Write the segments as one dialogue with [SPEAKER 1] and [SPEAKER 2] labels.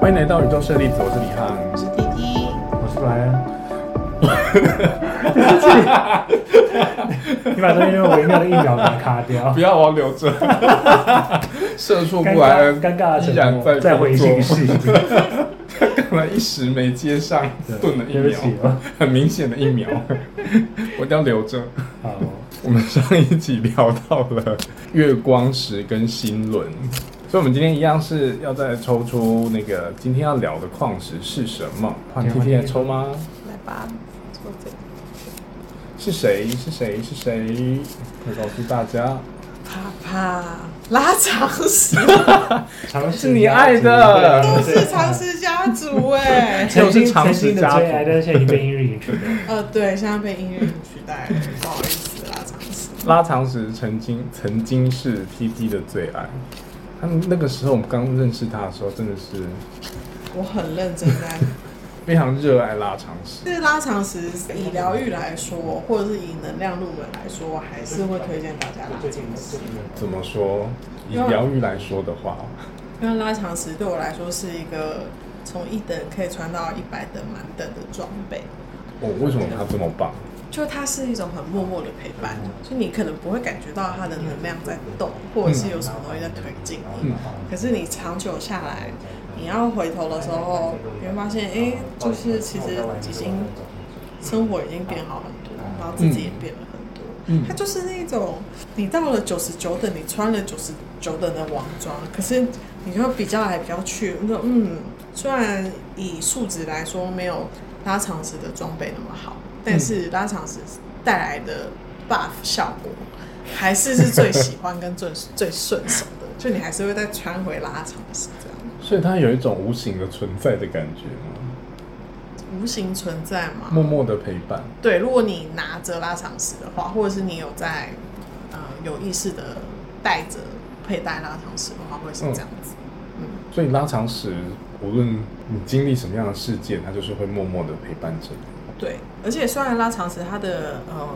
[SPEAKER 1] 欢迎来到宇宙射粒子，我是李航，
[SPEAKER 2] 我是滴滴，
[SPEAKER 3] 我是莱恩。你把中间那个微妙的一秒把它卡掉
[SPEAKER 1] 不，要我要留 着，社畜
[SPEAKER 3] 尴
[SPEAKER 1] 布莱
[SPEAKER 3] 尬
[SPEAKER 1] 恩
[SPEAKER 3] 尴尬的
[SPEAKER 1] 依然
[SPEAKER 3] 沉
[SPEAKER 1] 在
[SPEAKER 3] 默，再回信
[SPEAKER 1] 工作，
[SPEAKER 3] 息，
[SPEAKER 1] 可能一时没接上，顿了一
[SPEAKER 3] 对不
[SPEAKER 1] 秒，
[SPEAKER 3] 起哦。
[SPEAKER 1] 很明显的一秒， 我一定要留着。
[SPEAKER 3] 好，
[SPEAKER 1] 我们上一集聊到了月光石跟星轮，所以我们今天一样是要再抽出那个今天要聊的矿石是什么？换 T T 来抽吗？
[SPEAKER 2] 来吧，坐这个。
[SPEAKER 1] 是谁？是谁？是谁？会告诉大家，
[SPEAKER 2] 啪啪，拉长石
[SPEAKER 3] 常识
[SPEAKER 1] 是你爱的
[SPEAKER 2] 都是长石家族哎、
[SPEAKER 3] 曾经
[SPEAKER 1] 就是常
[SPEAKER 3] 曾
[SPEAKER 1] 识
[SPEAKER 3] 经的
[SPEAKER 1] 家族
[SPEAKER 3] 最爱，但是现在已经被音乐影 取代。
[SPEAKER 2] 呃，对，现在被音乐取代了，不好意思，拉长石。
[SPEAKER 1] 拉长石曾经曾经是 T T 的最爱。他们那个时候我们刚认识他的时候，真的是
[SPEAKER 2] 我很认真在，
[SPEAKER 1] 非常热爱拉长石。
[SPEAKER 2] 就是拉长石以疗愈来说，或者是以能量入门来说，我还是会推荐大家拉长石。
[SPEAKER 1] 怎么说？以疗愈来说的话，
[SPEAKER 2] 因为拉长石对我来说是一个从一等可以穿到一百等满等的装备，
[SPEAKER 1] 哦，为什么他这么棒？
[SPEAKER 2] 就它是一种很默默的陪伴，就你可能不会感觉到它的能量在动，或者是有什么东西在推进你，
[SPEAKER 1] 嗯
[SPEAKER 2] 可是你长久下来，你要回头的时候，你会发现，哎、就是其实已经生活已经变好很多，然后自己也变了很多。
[SPEAKER 1] 嗯
[SPEAKER 2] 它就是那种，你到了九十九等，你穿了九十九等的王装，可是你就比较来比较去，那种嗯，虽然以数值来说没有拉长时的装备那么好，但
[SPEAKER 1] 嗯
[SPEAKER 2] 是拉长时带来的 buff 效果还是是最喜欢跟最最顺手的，就你还是会再穿回拉长时这样。
[SPEAKER 1] 所以它有一种无形的存在的感觉吗？
[SPEAKER 2] 无形存在嘛，
[SPEAKER 1] 默默的陪伴。
[SPEAKER 2] 对，如果你拿着拉长石的话，或者是你有在呃有意识的带着佩戴拉长石的话，会是这样子。嗯，
[SPEAKER 1] 所以拉长时，无论你经历什么样的事件，它就是会默默的陪伴着你。
[SPEAKER 2] 对。而且虽然拉长石它的呃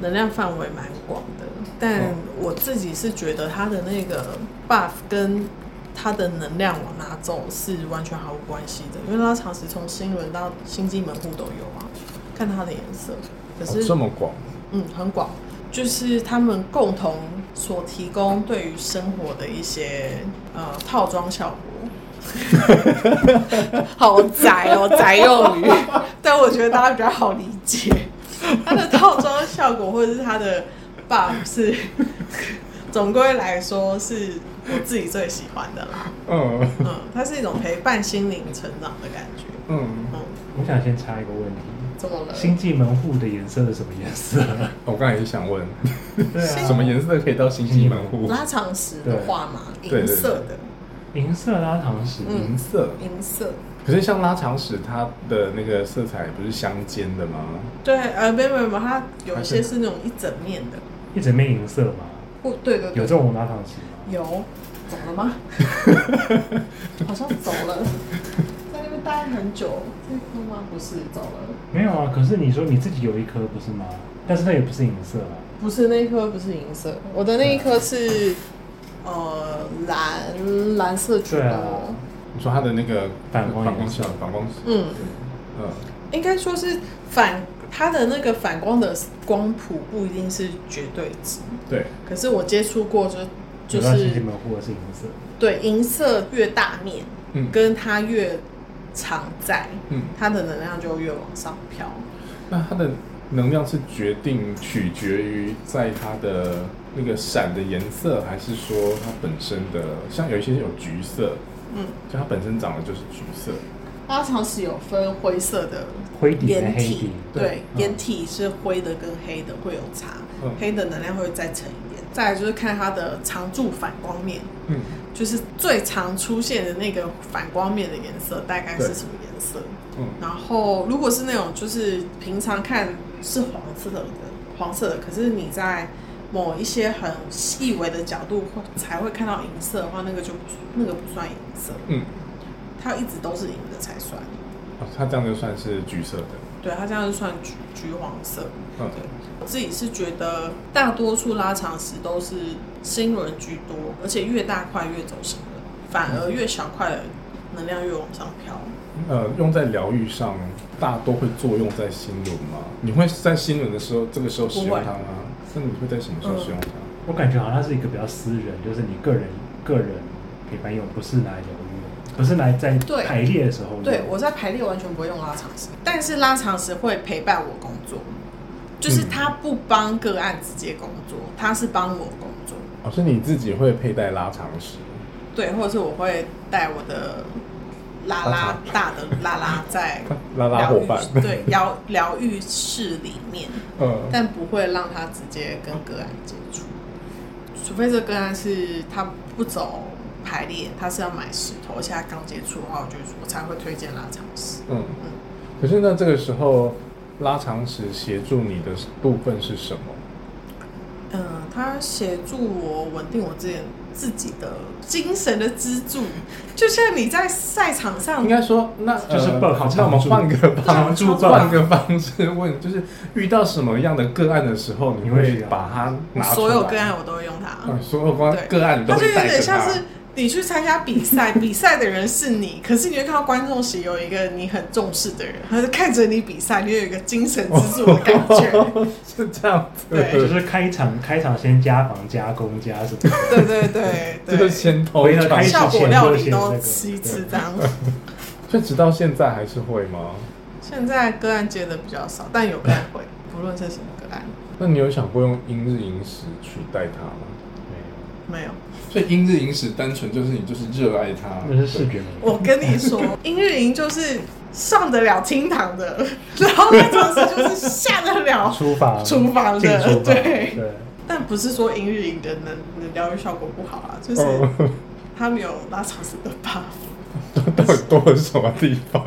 [SPEAKER 2] 能量范围蛮广的，但
[SPEAKER 1] 嗯
[SPEAKER 2] 我自己是觉得它的那个 buff 跟它的能量我拿走是完全毫无关系的，因为拉长石从星轮到星际门户都有啊，看它的颜色。可
[SPEAKER 1] 哦
[SPEAKER 2] 是、、
[SPEAKER 1] 这么广，
[SPEAKER 2] 嗯，很广，就是他们共同所提供对于生活的一些呃套装效果。 好宅哦，宅用语， 但我觉得大家比较好理解。它的套装效果或者是它的 buff 是， 总归来说是我自己最喜欢的啦。
[SPEAKER 1] 嗯
[SPEAKER 2] 嗯，它是一种陪伴心灵成长的感觉。
[SPEAKER 1] 嗯，
[SPEAKER 2] 嗯，
[SPEAKER 3] 我想先插一个问题：
[SPEAKER 2] 怎么了？
[SPEAKER 3] 星际门户的颜色是什么颜 色？
[SPEAKER 1] 我刚才也想问，
[SPEAKER 3] 对啊，
[SPEAKER 1] 什么颜色可以到星际门户？
[SPEAKER 2] 拉长石的话嘛，
[SPEAKER 1] 对
[SPEAKER 2] 银色的，
[SPEAKER 3] 银色拉长石，
[SPEAKER 2] 嗯
[SPEAKER 1] 银色。
[SPEAKER 2] 银色。
[SPEAKER 1] 可是像拉长时，它的那个色彩不是相间的吗？
[SPEAKER 2] 对，呃，没有没有，没有它有
[SPEAKER 1] 还
[SPEAKER 2] 一
[SPEAKER 1] 是
[SPEAKER 2] 些是那种一整面的。
[SPEAKER 3] 一整面银色嘛，
[SPEAKER 2] 不，哦对对
[SPEAKER 3] 有
[SPEAKER 2] 对，
[SPEAKER 3] 这种拉长石吗？
[SPEAKER 2] 有走了 吗？好像走了， 在那边待很久，这个吗？不是，走了，
[SPEAKER 3] 没有啊，可是你说你自己有一颗不是吗？但是那也不是银色啊，
[SPEAKER 2] 不是那一颗，不是银色，我的那一颗是呃蓝蓝色居
[SPEAKER 3] 对啊
[SPEAKER 2] 多，
[SPEAKER 1] 你说它的那个
[SPEAKER 3] 反光
[SPEAKER 1] 反
[SPEAKER 3] 颜
[SPEAKER 1] 光
[SPEAKER 3] 色
[SPEAKER 1] 效，反光石，
[SPEAKER 2] 嗯，
[SPEAKER 1] 嗯，
[SPEAKER 2] 应该说是反它的那个反光的光谱不一定是绝对值，
[SPEAKER 1] 对，
[SPEAKER 2] 可是我接触过就就
[SPEAKER 3] 有到星际
[SPEAKER 2] 是
[SPEAKER 3] 门户的是银色，
[SPEAKER 2] 对银色越大面，
[SPEAKER 1] 嗯
[SPEAKER 2] 跟它越常在，
[SPEAKER 1] 嗯，
[SPEAKER 2] 它的能量就越往上飘。
[SPEAKER 1] 那它的能量是决定取决于在它的那个闪的颜色，还是说它本身的？像有一些有橘色，
[SPEAKER 2] 嗯，
[SPEAKER 1] 就它本身长得就是橘色。
[SPEAKER 2] 拉长石有分灰色的
[SPEAKER 3] 灰底跟
[SPEAKER 2] 岩
[SPEAKER 3] 黑
[SPEAKER 2] 体
[SPEAKER 3] 底，，
[SPEAKER 2] 对，
[SPEAKER 3] 嗯
[SPEAKER 2] 岩体是灰的跟黑的会有差
[SPEAKER 1] 嗯，
[SPEAKER 2] 黑的能量会再沉一点。再来就是看它的常驻反光面，
[SPEAKER 1] 嗯，
[SPEAKER 2] 就是最常出现的那个反光面的颜色大概是
[SPEAKER 1] 对
[SPEAKER 2] 什么颜色？
[SPEAKER 1] 嗯
[SPEAKER 2] 然后如果是那种就是平常看是黄色的，黄色的，可是你在某一些很细微的角度会才会看到银色的话，那个就不那个不算银色，
[SPEAKER 1] 嗯，
[SPEAKER 2] 它一直都是银的才算。
[SPEAKER 1] 哦，它这样就算是橘色的。
[SPEAKER 2] 对，它这样就算橘橘黄色。
[SPEAKER 1] 嗯，
[SPEAKER 2] 对，我自己是觉得大多数拉长石都是星轮居多，而且越大块越走星轮，反而越小块的能量越往上飘。
[SPEAKER 1] 呃，用在疗愈上，大多会作用在心轮吗？你会在心轮的时候，这个时候使用它吗？那你会在什么时候使用它？
[SPEAKER 3] 我感觉好像是一个比较私人，就是你个人个人陪伴用，不是拿来疗愈，不是拿来在
[SPEAKER 2] 对
[SPEAKER 3] 排列的时候用。
[SPEAKER 2] 对我在排列完全不会用拉长石，但是拉长石会陪伴我工作，就是
[SPEAKER 1] 嗯
[SPEAKER 2] 他不帮个案直接工作，他是帮我工作。
[SPEAKER 1] 哦，是你自己会佩戴拉长石，
[SPEAKER 2] 对，或者是我会带我的拉拉大的拉拉在
[SPEAKER 1] 拉拉伙 伴
[SPEAKER 2] 疗愈，对疗疗愈室里面，
[SPEAKER 1] 嗯，
[SPEAKER 2] 但不会让他直接跟个案接触，除非这个案是他不走排列，他是要买石头，而且他刚接触的话，我就我才会推荐拉长石。
[SPEAKER 1] 嗯，可是那这个时候拉长石协助你的部分是什么？
[SPEAKER 2] 嗯、他协助我稳定我自己自己的精神的支柱，就像你在赛场上
[SPEAKER 1] 应该说，那
[SPEAKER 3] 就是
[SPEAKER 1] 呃
[SPEAKER 3] 抱
[SPEAKER 1] 好，那
[SPEAKER 3] 常
[SPEAKER 1] 我们
[SPEAKER 3] 住
[SPEAKER 1] 换个方
[SPEAKER 3] 常住抱
[SPEAKER 1] 换个方式问，就是遇到什么样的个案的时候，你
[SPEAKER 3] 你会
[SPEAKER 1] 会
[SPEAKER 3] 需要
[SPEAKER 1] 把它拿出来？
[SPEAKER 2] 所有个案我都会用它。
[SPEAKER 1] 嗯，所有关
[SPEAKER 2] 对
[SPEAKER 1] 个案你都
[SPEAKER 2] 它就
[SPEAKER 1] 会
[SPEAKER 2] 有
[SPEAKER 1] 带
[SPEAKER 2] 点
[SPEAKER 1] 着
[SPEAKER 2] 像
[SPEAKER 1] 它。
[SPEAKER 2] 是你去参加比赛，比赛的人是你， 可是你会看到观众席有一个你很重视的人，他就看着你比赛，你有一个精神支柱的 感觉。
[SPEAKER 1] 是这样子，
[SPEAKER 3] 就
[SPEAKER 2] 对
[SPEAKER 3] 是开场开场先加房加工加什么，
[SPEAKER 2] 对对对
[SPEAKER 1] 这个
[SPEAKER 2] 对，
[SPEAKER 1] 先偷
[SPEAKER 3] 回到
[SPEAKER 1] 传
[SPEAKER 3] 开始
[SPEAKER 2] 效果料理
[SPEAKER 3] 前都
[SPEAKER 2] 都
[SPEAKER 3] 先
[SPEAKER 2] 吃
[SPEAKER 3] 那
[SPEAKER 2] 一
[SPEAKER 3] 个
[SPEAKER 2] 吃这样。
[SPEAKER 1] 所以直到现在还是会吗？
[SPEAKER 2] 现在个案接的比较少，但有个案会，不论是什么个案，
[SPEAKER 1] 那你有想过用英日饮食取代它吗？
[SPEAKER 3] 没
[SPEAKER 2] 没有。
[SPEAKER 1] 所以英日饮食单纯就是你就是热爱它
[SPEAKER 3] 有，那是视觉美
[SPEAKER 2] 我跟你说，音乐营就是上得了厅堂的，然后那种事就是下得了
[SPEAKER 3] 厨房
[SPEAKER 2] 厨房
[SPEAKER 3] 进
[SPEAKER 2] 的，
[SPEAKER 3] 厨房
[SPEAKER 2] 对。
[SPEAKER 3] 对，
[SPEAKER 2] 但不是说音乐营的能能疗愈效果不好啊，就是
[SPEAKER 3] 嗯
[SPEAKER 1] 哦，
[SPEAKER 2] 他们有拉长时的 buff，
[SPEAKER 1] 到底多了什么地方？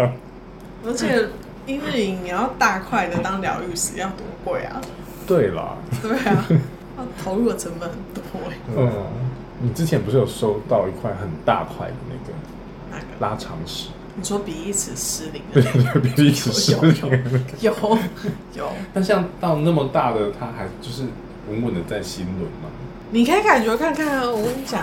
[SPEAKER 2] 而且音乐营你要大块的当疗愈师要多贵啊？
[SPEAKER 1] 对啦，
[SPEAKER 2] 对 啊，要投入的成本很多哎、
[SPEAKER 1] 嗯，你之前不是有收到一块很大块的那个
[SPEAKER 2] 那个
[SPEAKER 1] 拉长石，
[SPEAKER 2] 你说比一尺失灵的
[SPEAKER 1] 对对 对，比例尺 是
[SPEAKER 2] 有有有有，
[SPEAKER 1] 那像到那么大的，它还就是稳稳的在心轮嘛。
[SPEAKER 2] 你可以感觉看看啊！我跟你讲，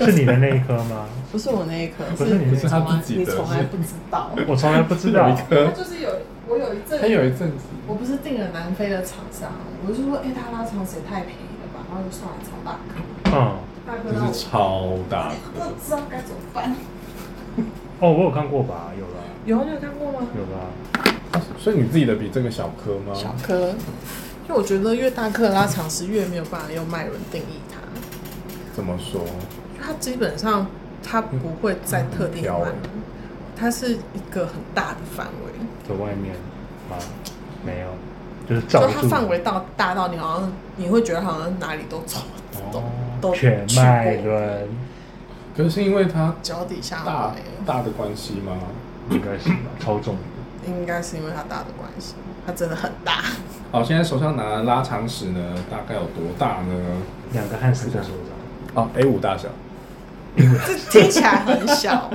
[SPEAKER 3] 是你的那一颗吗？
[SPEAKER 2] 不是我那一颗，
[SPEAKER 3] 不是你
[SPEAKER 2] 你
[SPEAKER 3] 的
[SPEAKER 2] 从来
[SPEAKER 1] 是他自己
[SPEAKER 2] 你
[SPEAKER 1] 的
[SPEAKER 2] 从来不知道，
[SPEAKER 3] 我从来不知 道
[SPEAKER 1] 有一
[SPEAKER 2] 他
[SPEAKER 1] 颗，
[SPEAKER 2] 就是有我有一阵
[SPEAKER 1] 它有一阵子，
[SPEAKER 2] 我不是订了南非的厂商，我就说，哎、他拉长时也太便宜了吧，然后就算了，超大颗，
[SPEAKER 3] 嗯，
[SPEAKER 2] 大颗
[SPEAKER 1] 就
[SPEAKER 2] 到我
[SPEAKER 1] 是超大
[SPEAKER 2] 都
[SPEAKER 1] 颗，
[SPEAKER 2] 不知道该怎么办。
[SPEAKER 3] 哦，我有看过吧？有吧？
[SPEAKER 2] 有啊，你有看过吗？
[SPEAKER 3] 有吧？
[SPEAKER 1] 啊所以你自己的比这个小颗吗？
[SPEAKER 2] 小颗，因为我觉得越大颗的拉长时越没有办法用脉轮定义它，
[SPEAKER 1] 怎么说？
[SPEAKER 2] 因为它基本上它不会在特定
[SPEAKER 1] 嗯很
[SPEAKER 2] 脉
[SPEAKER 1] 挑欸
[SPEAKER 2] 轮，它是一个很大的范围，
[SPEAKER 3] 在外面吗？没有，就是罩
[SPEAKER 2] 就
[SPEAKER 3] 住
[SPEAKER 2] 它范围到大到你好像你会觉得好像哪里都走都
[SPEAKER 3] 哦
[SPEAKER 2] 都
[SPEAKER 3] 全
[SPEAKER 2] 去过
[SPEAKER 3] 脉轮，
[SPEAKER 1] 可是是因为它
[SPEAKER 2] 脚底下
[SPEAKER 1] 大
[SPEAKER 2] 没有
[SPEAKER 1] 大的关系吗？
[SPEAKER 3] 应该是吧？超重，
[SPEAKER 2] 应该是因为它大的关系，它真的很 大。
[SPEAKER 1] 好，哦现在手上拿的拉长石呢，大概有多大呢？
[SPEAKER 3] 两个和四个手掌，
[SPEAKER 1] 哦，A 五大小，
[SPEAKER 2] 这听起来很小，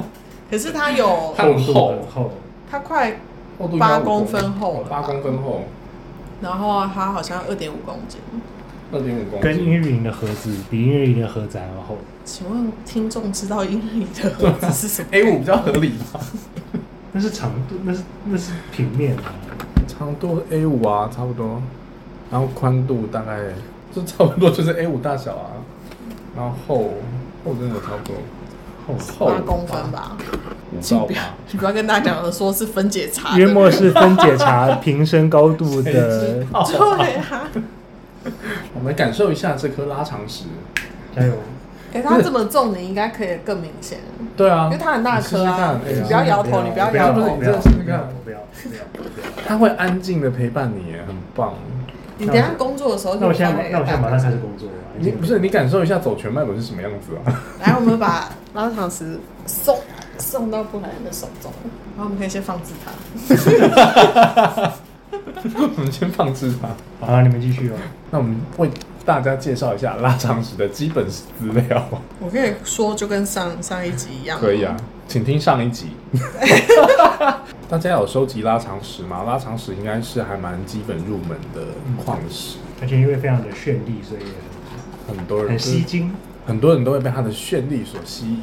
[SPEAKER 2] 可是它有
[SPEAKER 1] 它很厚
[SPEAKER 3] 厚度很厚，
[SPEAKER 2] 它快，
[SPEAKER 1] 厚度
[SPEAKER 2] 八
[SPEAKER 1] 1.5
[SPEAKER 2] 公分厚了吧
[SPEAKER 1] 哦八公分厚，
[SPEAKER 2] 然后它好像二点五公斤。
[SPEAKER 1] 二点五公
[SPEAKER 3] 跟音
[SPEAKER 1] 斤。
[SPEAKER 3] 乐营的盒子比音乐营的盒子还要厚。
[SPEAKER 2] 请问听众知道英语的盒子是 什么
[SPEAKER 1] A 五比较合理吧？
[SPEAKER 3] 那是长度，那是那是平面啊，
[SPEAKER 1] 长度 A 五啊，差不多，然后宽度大概就差不多就是 A 五大小啊，然后厚厚真的差不多
[SPEAKER 3] 厚
[SPEAKER 1] 厚
[SPEAKER 2] 八公分，吧？
[SPEAKER 1] 五
[SPEAKER 2] 请
[SPEAKER 1] 到
[SPEAKER 2] 不要
[SPEAKER 1] 八，
[SPEAKER 2] 你不要跟大家讲的说是分解差的。
[SPEAKER 3] 约莫是分解茶瓶身高度
[SPEAKER 1] 谁知
[SPEAKER 3] 的。
[SPEAKER 1] 道啊
[SPEAKER 2] 对啊，
[SPEAKER 1] 我们感受一下这颗拉长石。
[SPEAKER 3] 加油！
[SPEAKER 2] 哎、它这么重，你应该可以更明显，
[SPEAKER 1] 对啊
[SPEAKER 2] 因为它很大颗啊。
[SPEAKER 1] 你试试看
[SPEAKER 2] 你不要摇头，你不要摇
[SPEAKER 1] 不
[SPEAKER 2] 头
[SPEAKER 1] 要，
[SPEAKER 3] 不要，
[SPEAKER 1] 你真的
[SPEAKER 3] 不
[SPEAKER 1] 是
[SPEAKER 3] 要
[SPEAKER 1] 看，
[SPEAKER 3] 不要，不要，不 要。
[SPEAKER 1] 它会安静的陪伴你耶，很棒。
[SPEAKER 2] 你等一下工作的时候
[SPEAKER 3] 那
[SPEAKER 2] 就
[SPEAKER 3] 我现
[SPEAKER 2] 放
[SPEAKER 3] 在，
[SPEAKER 2] 个
[SPEAKER 3] 那我现
[SPEAKER 2] 大
[SPEAKER 3] 在马上
[SPEAKER 2] 盒
[SPEAKER 3] 开
[SPEAKER 2] 子
[SPEAKER 3] 始工作了。已
[SPEAKER 1] 你
[SPEAKER 3] 经
[SPEAKER 1] 不是你感受一下走全脉轮是什么样子啊？
[SPEAKER 2] 来，我们把拉长石送送到布莱恩的手中，然后我们可以先放置它。
[SPEAKER 1] 我们先放置它。
[SPEAKER 3] 好了，你们继续哦。
[SPEAKER 1] 那我们为大家介绍一下拉长石的基本资料，
[SPEAKER 2] 我可以说就跟上上一集一样，
[SPEAKER 1] 可以啊，，请听上一集。大家有收集拉长石吗？拉长石应该是还蛮基本入门的矿石，
[SPEAKER 3] 而且因为非常的绚丽，所以也
[SPEAKER 1] 很多
[SPEAKER 3] 很
[SPEAKER 1] 人
[SPEAKER 3] 很吸睛。
[SPEAKER 1] 很多人都会被它的绚丽所吸引。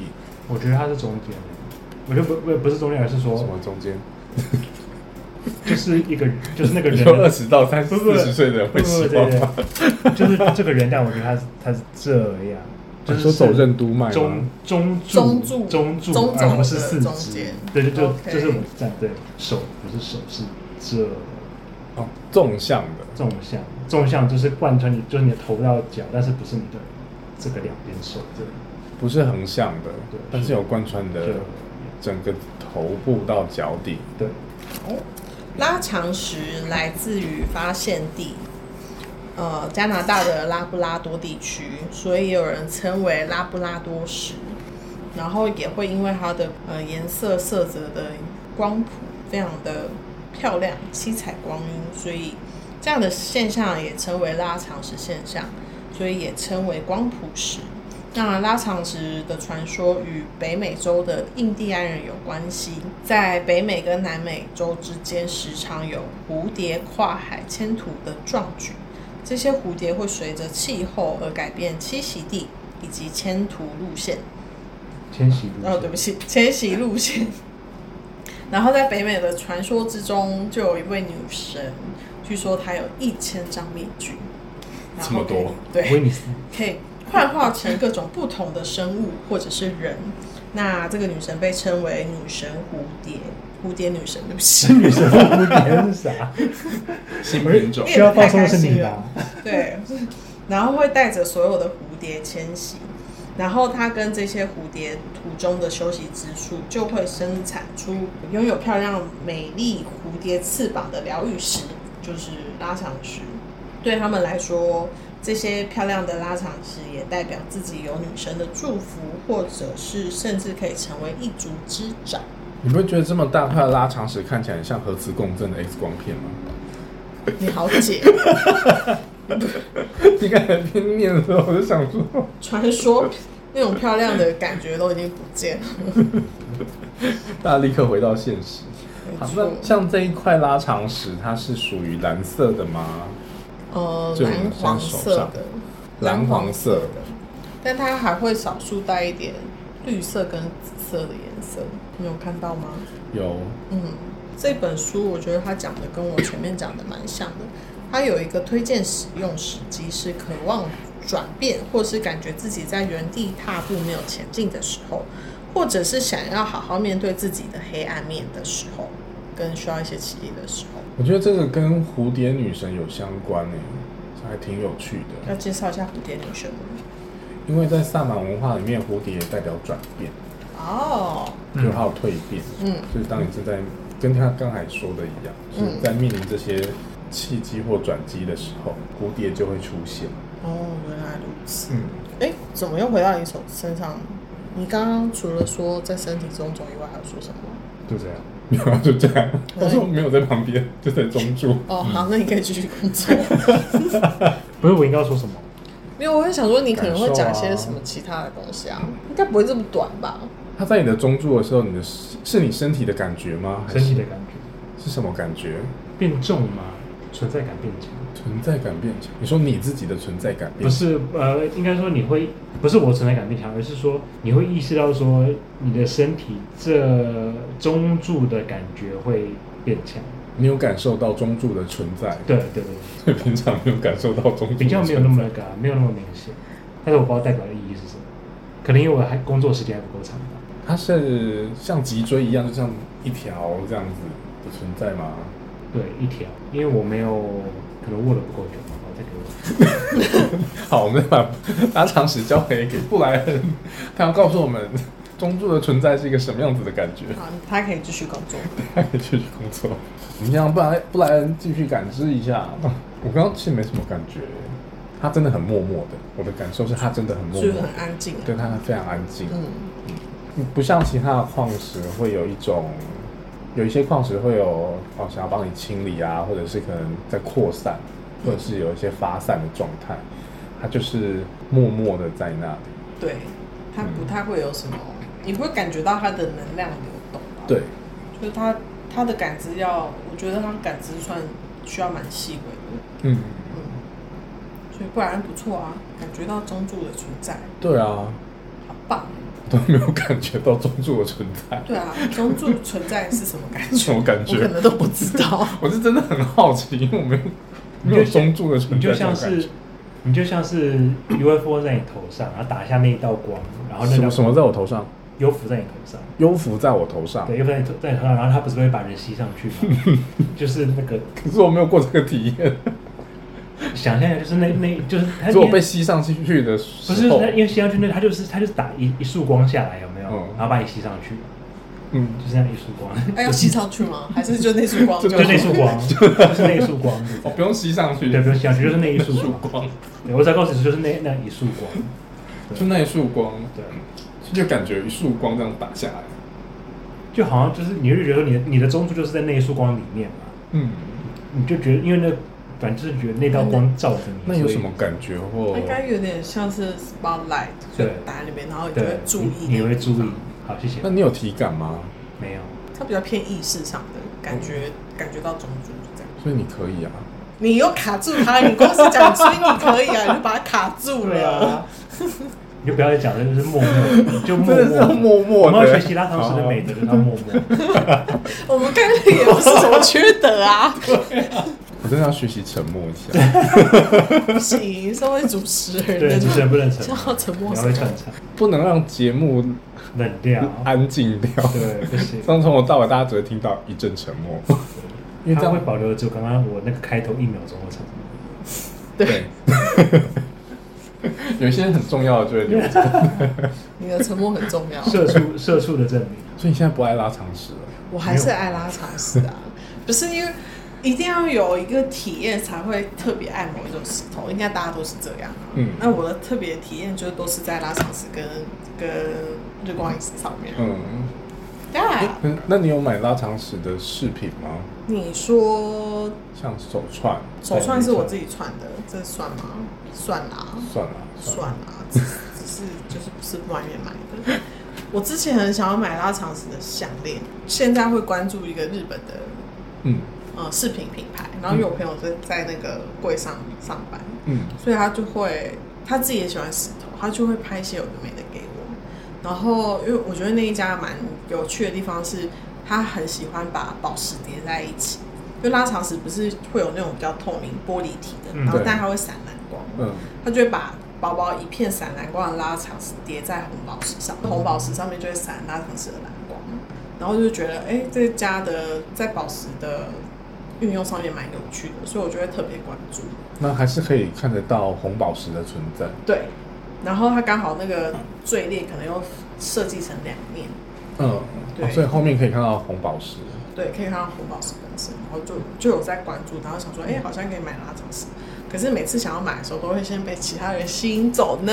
[SPEAKER 3] 我觉得它是终点，我就不不不是中间，而是
[SPEAKER 1] 什
[SPEAKER 3] 说
[SPEAKER 1] 么中间？
[SPEAKER 3] 就是 一个就是那个人
[SPEAKER 1] 说二十到三
[SPEAKER 3] 不
[SPEAKER 1] 四
[SPEAKER 3] 不
[SPEAKER 1] 十岁的人
[SPEAKER 3] 不
[SPEAKER 1] 会
[SPEAKER 3] 不不
[SPEAKER 1] 喜欢吗？
[SPEAKER 3] 对， 就是这个人，但我觉得他是他是这样，就
[SPEAKER 1] 就是哦说走任督脉
[SPEAKER 3] 中
[SPEAKER 1] 吗？
[SPEAKER 3] 中柱
[SPEAKER 2] 中柱
[SPEAKER 3] 中柱，啊
[SPEAKER 2] 中轴
[SPEAKER 3] 而不是四
[SPEAKER 2] 的中
[SPEAKER 3] 肢
[SPEAKER 2] 间。
[SPEAKER 3] 对对对，
[SPEAKER 2] OK
[SPEAKER 3] 就是我这样对手不是手是这
[SPEAKER 1] 哦，纵向的。
[SPEAKER 3] 纵向，纵向就是贯穿你，就是你的头到脚，但是不是你的这个两边手这里。
[SPEAKER 1] 不是横向的
[SPEAKER 3] 对，
[SPEAKER 1] 但是有贯穿你的
[SPEAKER 3] 对
[SPEAKER 1] 整个头部到脚底。
[SPEAKER 3] 对，
[SPEAKER 2] 拉长石来自于发现地，呃，加拿大的拉布拉多地区，所以也有人称为拉布拉多石。然后也会因为它的呃颜色色泽的光谱非常的漂亮，七彩光晕，所以这样的现象也称为拉长石现象，所以也称为光谱石。那拉长石的传说与北美洲的印第安人有关系，在北美跟南美洲之间时常有蝴蝶跨海迁徙的壮举。这些蝴蝶会随着气候而改变栖息地以及迁徙路线。
[SPEAKER 3] 迁徙路
[SPEAKER 2] 哦，对不起，迁徙路线。然后在北美的传说之中，就有一位女神，据说她有一千张面具，然后
[SPEAKER 1] 这么多
[SPEAKER 2] 可以对，
[SPEAKER 3] 威 尼斯
[SPEAKER 2] 可以幻化成各种不同的生物或者是人。那这个女神被称为女神蝴蝶，蝴蝶女神，对不起
[SPEAKER 3] 织，女神蝴蝶是 啥？
[SPEAKER 1] 新品种
[SPEAKER 2] 你也
[SPEAKER 3] 需要放松的是你吧？
[SPEAKER 2] 对， 然后会带着所有的蝴蝶迁徙，然后它跟这些蝴蝶途中的休息之处，就会生产出拥有漂亮美丽蝴蝶翅膀的疗愈石，就是拉长石。对他们来说，这些漂亮的拉长石也代表自己有女神的祝福，或者是甚至可以成为一族之长。
[SPEAKER 1] 你不会觉得这么大块的拉长石看起来很像核磁共振的 X 光片吗？
[SPEAKER 2] 你好解。
[SPEAKER 1] 你刚才边念的时候，我就想说，
[SPEAKER 2] 传说那种漂亮的感觉都已经不见了。
[SPEAKER 1] 大家立刻回到现实。
[SPEAKER 2] 没
[SPEAKER 1] 好，
[SPEAKER 2] 错
[SPEAKER 1] 那像这一块拉长石，它是属于蓝色的吗？
[SPEAKER 2] 呃，
[SPEAKER 1] 就我们
[SPEAKER 2] 蓝黄色
[SPEAKER 1] 像手
[SPEAKER 2] 的，
[SPEAKER 1] 蓝黄色的，
[SPEAKER 2] 但它还会少数带一点绿色跟紫色的颜色，你有看到吗？
[SPEAKER 1] 有，
[SPEAKER 2] 嗯，这本书我觉得它讲的跟我前面讲的蛮像的。它有一个推荐使用时机是渴望转变，或是感觉自己在原地踏步没有前进的时候，或者是想要好好面对自己的黑暗面的时候，跟需要一些启迪的时候。
[SPEAKER 1] 我觉得这个跟蝴蝶女神有相关诶、这还挺有趣的。
[SPEAKER 2] 要介绍一下蝴蝶女神吗？
[SPEAKER 1] 因为在萨满文化里面，蝴蝶代表转变，
[SPEAKER 2] 哦，
[SPEAKER 1] 就还有蜕变。
[SPEAKER 2] 嗯，
[SPEAKER 1] 就是当你正在跟他刚才说的一样，就是在面临这些契机或转机的时候，蝴蝶就会出现。
[SPEAKER 2] 哦，原来如此。
[SPEAKER 1] 嗯，
[SPEAKER 2] 哎，怎么又回到你手身上？你刚刚除了说在身体中走以外，还有说什么？
[SPEAKER 3] 就这样。
[SPEAKER 1] 然后就这样。
[SPEAKER 2] 嗯
[SPEAKER 1] 我说我没有在旁边，就在中柱。
[SPEAKER 2] 哦，好，那你可以继续 工作。
[SPEAKER 3] 不是我应该要说什么？
[SPEAKER 2] 没有，我会想说你可能会讲一些
[SPEAKER 1] 感受啊
[SPEAKER 2] 什么其他的东西啊，应该不会这么短吧？
[SPEAKER 1] 他在你的中柱的时候，你的是是你身体的感觉吗？还
[SPEAKER 3] 身
[SPEAKER 1] 是
[SPEAKER 3] 体的感觉
[SPEAKER 1] 是什么感觉？
[SPEAKER 3] 啊变重吗？存在感变强？
[SPEAKER 1] 存在感变强。你说你自己的存在感变
[SPEAKER 3] 不
[SPEAKER 1] 强，
[SPEAKER 3] 是，呃，应该说你会不是我存在感变强，而是说你会意识到说你的身体这中柱的感觉会变强。
[SPEAKER 1] 你有感受到中柱的存在，
[SPEAKER 3] 对对
[SPEAKER 1] 所
[SPEAKER 3] 对，
[SPEAKER 1] 以 平常没有感受到中柱的存在
[SPEAKER 3] 比较没有那么那个啊、没有那么明显。但是我不知道代表的意义是什么，可能因为我还工作时间还不够长吧。
[SPEAKER 1] 它是像脊椎一样，就像一条这样子的存在吗？
[SPEAKER 3] 对，一条，因为我没有可能握的不够久吧，我再给我。
[SPEAKER 1] 好，我们把拉长石交回给布莱恩，他要告诉我们中柱的存在是一个什么样子的感觉。
[SPEAKER 2] 好，他可以继续工作。
[SPEAKER 1] 他可以继续工作。我们让布莱布莱恩继续感知一下。我刚刚其实没什么感觉，他真的很默默的。我的感受是他真的很默
[SPEAKER 2] 就是
[SPEAKER 1] 默
[SPEAKER 2] 很
[SPEAKER 1] 的，
[SPEAKER 2] 安静、啊。
[SPEAKER 1] 对他非常安静，
[SPEAKER 2] 嗯，
[SPEAKER 1] 不像其他的矿石会有一种。有一些矿石会有哦，想要帮你清理啊，或者是可能在扩散，或者是有一些发散的状态，它就是默默的在那里。
[SPEAKER 2] 对，他
[SPEAKER 1] 嗯
[SPEAKER 2] 不太会有什么，你不会感觉到他的能量流动吧？，
[SPEAKER 1] 对，
[SPEAKER 2] 就是他他的感知要，我觉得他感知算需要蛮细微的，
[SPEAKER 1] 嗯，
[SPEAKER 2] 嗯，所以不然不错啊，感觉到中柱的存在。
[SPEAKER 1] 对啊，
[SPEAKER 2] 好棒。
[SPEAKER 1] 都没有感觉到中柱的存在，
[SPEAKER 2] 对啊，中 柱存在是什么感
[SPEAKER 1] 是
[SPEAKER 2] 觉？
[SPEAKER 1] 什么感
[SPEAKER 2] 我可
[SPEAKER 1] 觉？
[SPEAKER 2] 能都不知道。
[SPEAKER 1] 我是真的很好奇，因为我没有
[SPEAKER 3] 你
[SPEAKER 1] 没
[SPEAKER 3] 就
[SPEAKER 1] 有中柱的存在，
[SPEAKER 3] 你就像
[SPEAKER 1] 这种感
[SPEAKER 3] 是
[SPEAKER 1] 觉
[SPEAKER 3] 你就像是 UFO 在你头上，然后打下那一道光，然后那
[SPEAKER 1] 什
[SPEAKER 3] 道
[SPEAKER 1] 么什么在我头上，
[SPEAKER 3] 幽浮在你头上，
[SPEAKER 1] 幽浮在我头上，
[SPEAKER 3] 对，又在在头上，然后它不是会把人吸上去吗？就是那个
[SPEAKER 1] 可是我没有过这个体验，
[SPEAKER 3] 想象一下，就是那那就是它
[SPEAKER 1] 可是我
[SPEAKER 3] 因为
[SPEAKER 1] 被吸上去的
[SPEAKER 3] 哎不是
[SPEAKER 1] 时候
[SPEAKER 3] 它，因为吸上去那它就是它就是打一一束光下来有没有
[SPEAKER 1] 嗯？
[SPEAKER 3] 然后把你吸上去，
[SPEAKER 1] 嗯，
[SPEAKER 3] 就是那一束光，
[SPEAKER 2] 哎，要吸上去吗？还是就那束光？
[SPEAKER 1] 就
[SPEAKER 3] 就那束光，就是那一束光，
[SPEAKER 1] 哦，不用吸上去，
[SPEAKER 3] 对，不用吸上去，就是那一束光。
[SPEAKER 1] 光，
[SPEAKER 3] 对，我只要告诉你，就是那那一束光。
[SPEAKER 1] 就那一束光，
[SPEAKER 3] 对，
[SPEAKER 1] 就感觉一束光这样打下来，
[SPEAKER 3] 就好像就是你就觉得你的你的中枢就是在那一束光里面嘛，
[SPEAKER 1] 嗯，
[SPEAKER 3] 你就觉得因为那反正就是觉得那道光照着你，
[SPEAKER 1] 那有
[SPEAKER 3] 所以
[SPEAKER 1] 什么感觉或
[SPEAKER 2] 应该有点像是 spotlight，就
[SPEAKER 3] 对
[SPEAKER 2] 打在里面，然后你就
[SPEAKER 3] 对
[SPEAKER 2] 会，注
[SPEAKER 3] 你
[SPEAKER 2] 意。
[SPEAKER 3] 你会注意。好，谢谢
[SPEAKER 1] 那。你有体感吗？
[SPEAKER 3] 没有，
[SPEAKER 2] 它比较偏意识上的感觉，感觉到中柱就这样。
[SPEAKER 1] 所以你可以啊，
[SPEAKER 2] 你又卡住它，你光是讲所以你可以啊，你就把它卡住
[SPEAKER 3] 对
[SPEAKER 2] 了
[SPEAKER 3] 啊。你就不要再讲了，就是 默默，就默
[SPEAKER 1] 真的是要
[SPEAKER 3] 默。
[SPEAKER 1] 默默
[SPEAKER 3] 我们要
[SPEAKER 1] 的
[SPEAKER 3] 学习拉唐时的美德，就是要默默。
[SPEAKER 2] 我们刚刚也不是什么缺德 啊，
[SPEAKER 1] 我真的要学习沉默一下。
[SPEAKER 2] 不行，身为主持人
[SPEAKER 3] 对，
[SPEAKER 2] 的
[SPEAKER 3] 主持人不能沉
[SPEAKER 2] 就
[SPEAKER 3] 默
[SPEAKER 2] 要，沉默
[SPEAKER 3] 你
[SPEAKER 2] 什
[SPEAKER 3] 要会
[SPEAKER 2] 么
[SPEAKER 3] 串场，
[SPEAKER 1] 不能让节目
[SPEAKER 3] 冷掉。
[SPEAKER 1] 安静掉。
[SPEAKER 3] 对，不行。
[SPEAKER 1] 刚从我到尾，大家只会听到一阵沉 默，因为这
[SPEAKER 3] 他会
[SPEAKER 1] 样
[SPEAKER 3] 保留住刚刚我那个开头一秒钟的长 度。
[SPEAKER 1] 对，有一些很重要的就会留 着。
[SPEAKER 2] 你的沉默很重要。
[SPEAKER 3] 社畜社畜的证明，
[SPEAKER 1] 所以你现在不爱拉长时了，
[SPEAKER 2] 我还是爱拉长石啊，不是因为一定要有一个体验才会特别爱某一种石头，应该大家都是这样啊。
[SPEAKER 1] 嗯
[SPEAKER 2] 那我的特别体验就是都是在拉长石跟跟日光饮食上面。
[SPEAKER 1] 嗯，
[SPEAKER 2] 当然，
[SPEAKER 1] 嗯那你有买拉长时的饰品吗？
[SPEAKER 2] 你说
[SPEAKER 1] 像手串，
[SPEAKER 2] 手串是我自己串的，这算吗？算啦，
[SPEAKER 1] 算了，
[SPEAKER 2] 算啦，只只是就是不是外面买的。我之前很想要买拉长石的项链，现在会关注一个日本的
[SPEAKER 1] 嗯
[SPEAKER 2] 呃饰品品牌，然后因为我朋友在在那个柜上上班，
[SPEAKER 1] 嗯，
[SPEAKER 2] 所以他就会他自己也喜欢石头，他就会拍一些有的没的给我。然后因为我觉得那一家蛮有趣的地方是，他很喜欢把宝石叠在一起，就拉长石不是会有那种比较透明玻璃体的，
[SPEAKER 3] 嗯
[SPEAKER 2] 然后
[SPEAKER 1] 对
[SPEAKER 2] 但它会闪蓝光，
[SPEAKER 1] 嗯
[SPEAKER 2] 他就会把薄薄一片闪蓝光的拉长石叠在红宝石上，红宝石上面就会闪拉长石的蓝光，然后就觉得哎、诶这家的在宝石的运用上面蛮有趣的，所以我就会特别关注。
[SPEAKER 1] 那还是可以看得到红宝石的存在。
[SPEAKER 2] 对，然后它刚好那个坠链可能又设计成两面，
[SPEAKER 1] 嗯，哦
[SPEAKER 2] 对
[SPEAKER 1] 所以后面可以看到红宝石。
[SPEAKER 2] 对，可以看到红宝石本身，然后就就有在关注，然后想说，哎、好像可以买拉长石，可是每次想要买的时候，都会先被其他人吸引走呢。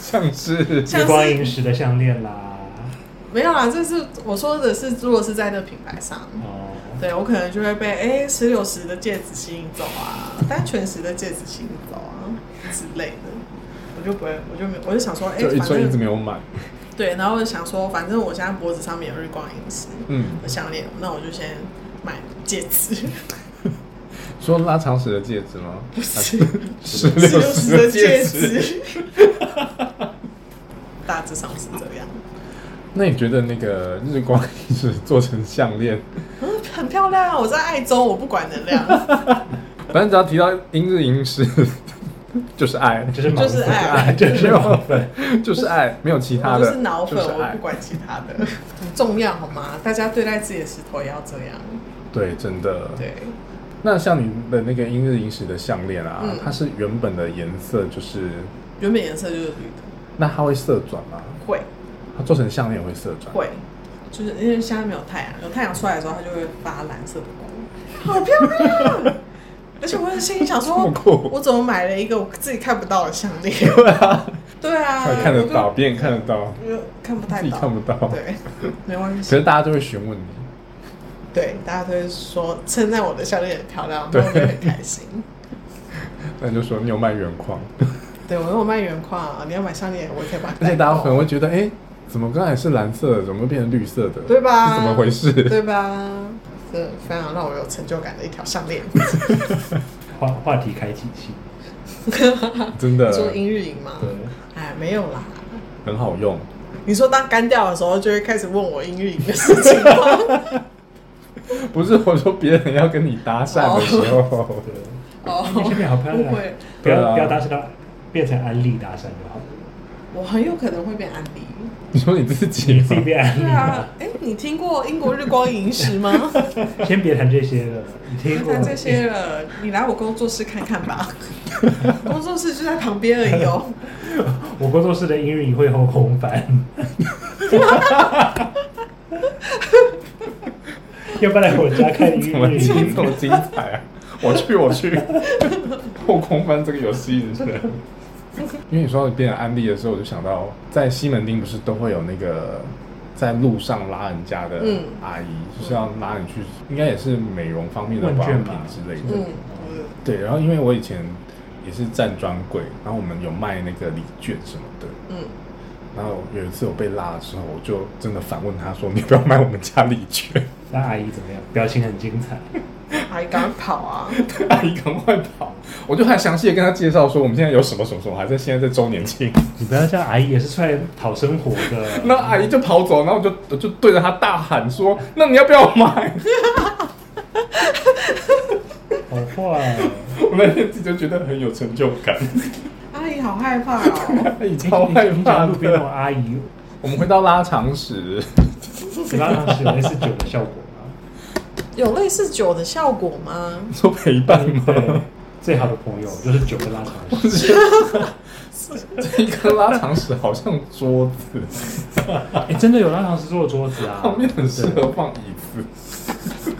[SPEAKER 1] 像是
[SPEAKER 2] 像是
[SPEAKER 3] 日光萤石的项链啦，
[SPEAKER 2] 没有啦，啊这是我说的是，如果是在那个品牌上，
[SPEAKER 3] 哦，
[SPEAKER 2] 对我可能就会被哎石榴石的戒指吸引走啊，单全石的戒指吸引走啊之类的，我就不会，我就没有，我就想说，哎、
[SPEAKER 1] 就一
[SPEAKER 2] 反
[SPEAKER 1] 直一直
[SPEAKER 2] 正
[SPEAKER 1] 没有买，
[SPEAKER 2] 对，然后我就想说，反正我现在脖子上面有日光银石，
[SPEAKER 1] 嗯。
[SPEAKER 2] 的项链，那我就先买戒 指，
[SPEAKER 1] 说拉长时的戒指吗？
[SPEAKER 2] 不是
[SPEAKER 1] 石
[SPEAKER 2] 石
[SPEAKER 1] 榴
[SPEAKER 2] 榴
[SPEAKER 1] 石
[SPEAKER 2] 石
[SPEAKER 1] 的
[SPEAKER 2] 的
[SPEAKER 1] 戒
[SPEAKER 2] 戒
[SPEAKER 1] 指。
[SPEAKER 2] 指。大致上是这样，
[SPEAKER 1] 那你觉得那个日光一直做成项链，
[SPEAKER 2] 嗯，很漂亮啊！我在爱州，我不管能量，
[SPEAKER 1] 反正只要提到英日银石， 就是爱，
[SPEAKER 3] 就是盲
[SPEAKER 2] 就是
[SPEAKER 3] 粉，
[SPEAKER 2] 爱啊
[SPEAKER 3] 就是盲粉，
[SPEAKER 1] 就是爱，没有其他
[SPEAKER 2] 我就
[SPEAKER 1] 的，
[SPEAKER 2] 是脑粉，
[SPEAKER 1] 就是
[SPEAKER 2] 我
[SPEAKER 1] 爱
[SPEAKER 2] 不。管其他的， 很重要好吗？大家对待自己的石头也要这样，
[SPEAKER 1] 嗯对，真的。
[SPEAKER 2] 对，
[SPEAKER 1] 那像你的那个英日银石的项链啊，
[SPEAKER 2] 嗯
[SPEAKER 1] 它是原本的颜色就是，
[SPEAKER 2] 原本颜色就是绿的，
[SPEAKER 1] 那它会色转吗？
[SPEAKER 2] 会
[SPEAKER 1] 它做成项链会色转？。
[SPEAKER 2] 会，就是因为现在没有太阳，有太阳出来的时候，它就会发蓝色的 光，好漂亮！ 而且我心里想
[SPEAKER 1] 啊这
[SPEAKER 2] 说
[SPEAKER 1] 么酷，
[SPEAKER 2] 我怎么买了一个我自己看不到的项链？
[SPEAKER 1] 对啊，
[SPEAKER 2] 对啊，
[SPEAKER 1] 还看得到，别人看得到，
[SPEAKER 2] 我就，我就看不太
[SPEAKER 1] 自己
[SPEAKER 2] 到，
[SPEAKER 1] 看不到。
[SPEAKER 2] 对，没关
[SPEAKER 1] 可
[SPEAKER 2] 系。
[SPEAKER 1] 是大家就会询问你，
[SPEAKER 2] 对，大家都会说称赞我的项链很漂亮，
[SPEAKER 1] 对
[SPEAKER 2] 然后我就很开心。
[SPEAKER 1] 那你就说你有卖原 矿。
[SPEAKER 2] 对，我有卖原矿啊，你要买项链，我可以帮你代购。
[SPEAKER 1] 而且大家可能会觉得，哎、怎么刚才是蓝色的，怎么变成绿色的？
[SPEAKER 2] 对吧
[SPEAKER 1] 是怎么回事？
[SPEAKER 2] 对吧？这非常让我有成就感的一条项链，
[SPEAKER 3] 话话题开启器，
[SPEAKER 1] 真的，
[SPEAKER 2] 做英日营嘛。
[SPEAKER 3] 对，
[SPEAKER 2] 哎，没有啦，
[SPEAKER 1] 很好用。
[SPEAKER 2] 你说当干掉的时候，就会开始问我英语的事 情吗？
[SPEAKER 1] 不是我说别人要跟你搭讪的时候，
[SPEAKER 3] 对，你
[SPEAKER 2] 哦，
[SPEAKER 3] 下面好漂
[SPEAKER 2] 不
[SPEAKER 3] 亮，
[SPEAKER 2] 会，
[SPEAKER 3] 不要
[SPEAKER 1] 对啊
[SPEAKER 3] 不要搭讪到变成安利搭讪 就好了，
[SPEAKER 2] 我很有可能会变安迪。
[SPEAKER 1] 你说你自己
[SPEAKER 3] 你
[SPEAKER 1] 吗
[SPEAKER 3] 自己变安利
[SPEAKER 2] 对啊
[SPEAKER 3] 吧，，
[SPEAKER 2] 哎，你听过英国日光银石吗？
[SPEAKER 3] 先别谈这些了，你听过
[SPEAKER 2] 啊谈这些了，你来我工作室看看吧。工作室就在旁边而已哦。
[SPEAKER 3] 我工作室的英语你会后空 翻，要不然来我家看 英
[SPEAKER 1] 怎么
[SPEAKER 3] 语
[SPEAKER 1] 今天
[SPEAKER 3] 你
[SPEAKER 1] 这么精彩啊！我去，我去，后空翻这个游戏真的。因为你说到变成安利的时候，我就想到在西门町不是都会有那个在路上拉人家的
[SPEAKER 2] 嗯
[SPEAKER 1] 阿姨，就是要拉你去，应该也是美容方面的
[SPEAKER 3] 问
[SPEAKER 1] 保养
[SPEAKER 3] 卷
[SPEAKER 1] 品
[SPEAKER 3] 吧
[SPEAKER 1] 之类的。
[SPEAKER 2] 嗯，
[SPEAKER 1] 对，然后因为我以前也是站专柜，然后我们有卖那个礼券什么的。
[SPEAKER 2] 嗯，
[SPEAKER 1] 然后有一次我被拉的时候，我就真的反问他说：“ 你不要买我们家礼券。
[SPEAKER 3] 那阿姨怎么样？表情很精彩，
[SPEAKER 2] 还敢跑啊？
[SPEAKER 1] 阿姨赶快跑！我就还详细的跟她介绍说我们现在有什么什么什么，还在现在在周年庆。
[SPEAKER 3] 你不要像阿姨也是出来讨生活 的。
[SPEAKER 1] 那阿姨就跑走，然后我就我就对着她大喊说：“那你要不要买
[SPEAKER 3] 好坏、哦，？”
[SPEAKER 1] 我那天自己就觉得很有成就感，
[SPEAKER 2] 阿姨好害怕哦。
[SPEAKER 1] 阿姨超害
[SPEAKER 3] 你
[SPEAKER 1] 怕
[SPEAKER 3] 讲路边那种
[SPEAKER 1] 的。
[SPEAKER 3] 阿姨，
[SPEAKER 1] 我们回到拉长石，
[SPEAKER 3] 你拉上是有类似酒的效果吗？
[SPEAKER 2] 有类似酒的效果吗？
[SPEAKER 1] 说陪伴
[SPEAKER 3] 对
[SPEAKER 1] 吗？，
[SPEAKER 3] 最好的朋友就是酒跟拉长 石。
[SPEAKER 1] 这个拉长石好像桌子，
[SPEAKER 3] 哎、真的有拉长石做的桌子啊，
[SPEAKER 1] 旁边很适
[SPEAKER 3] 对
[SPEAKER 1] 合放椅子，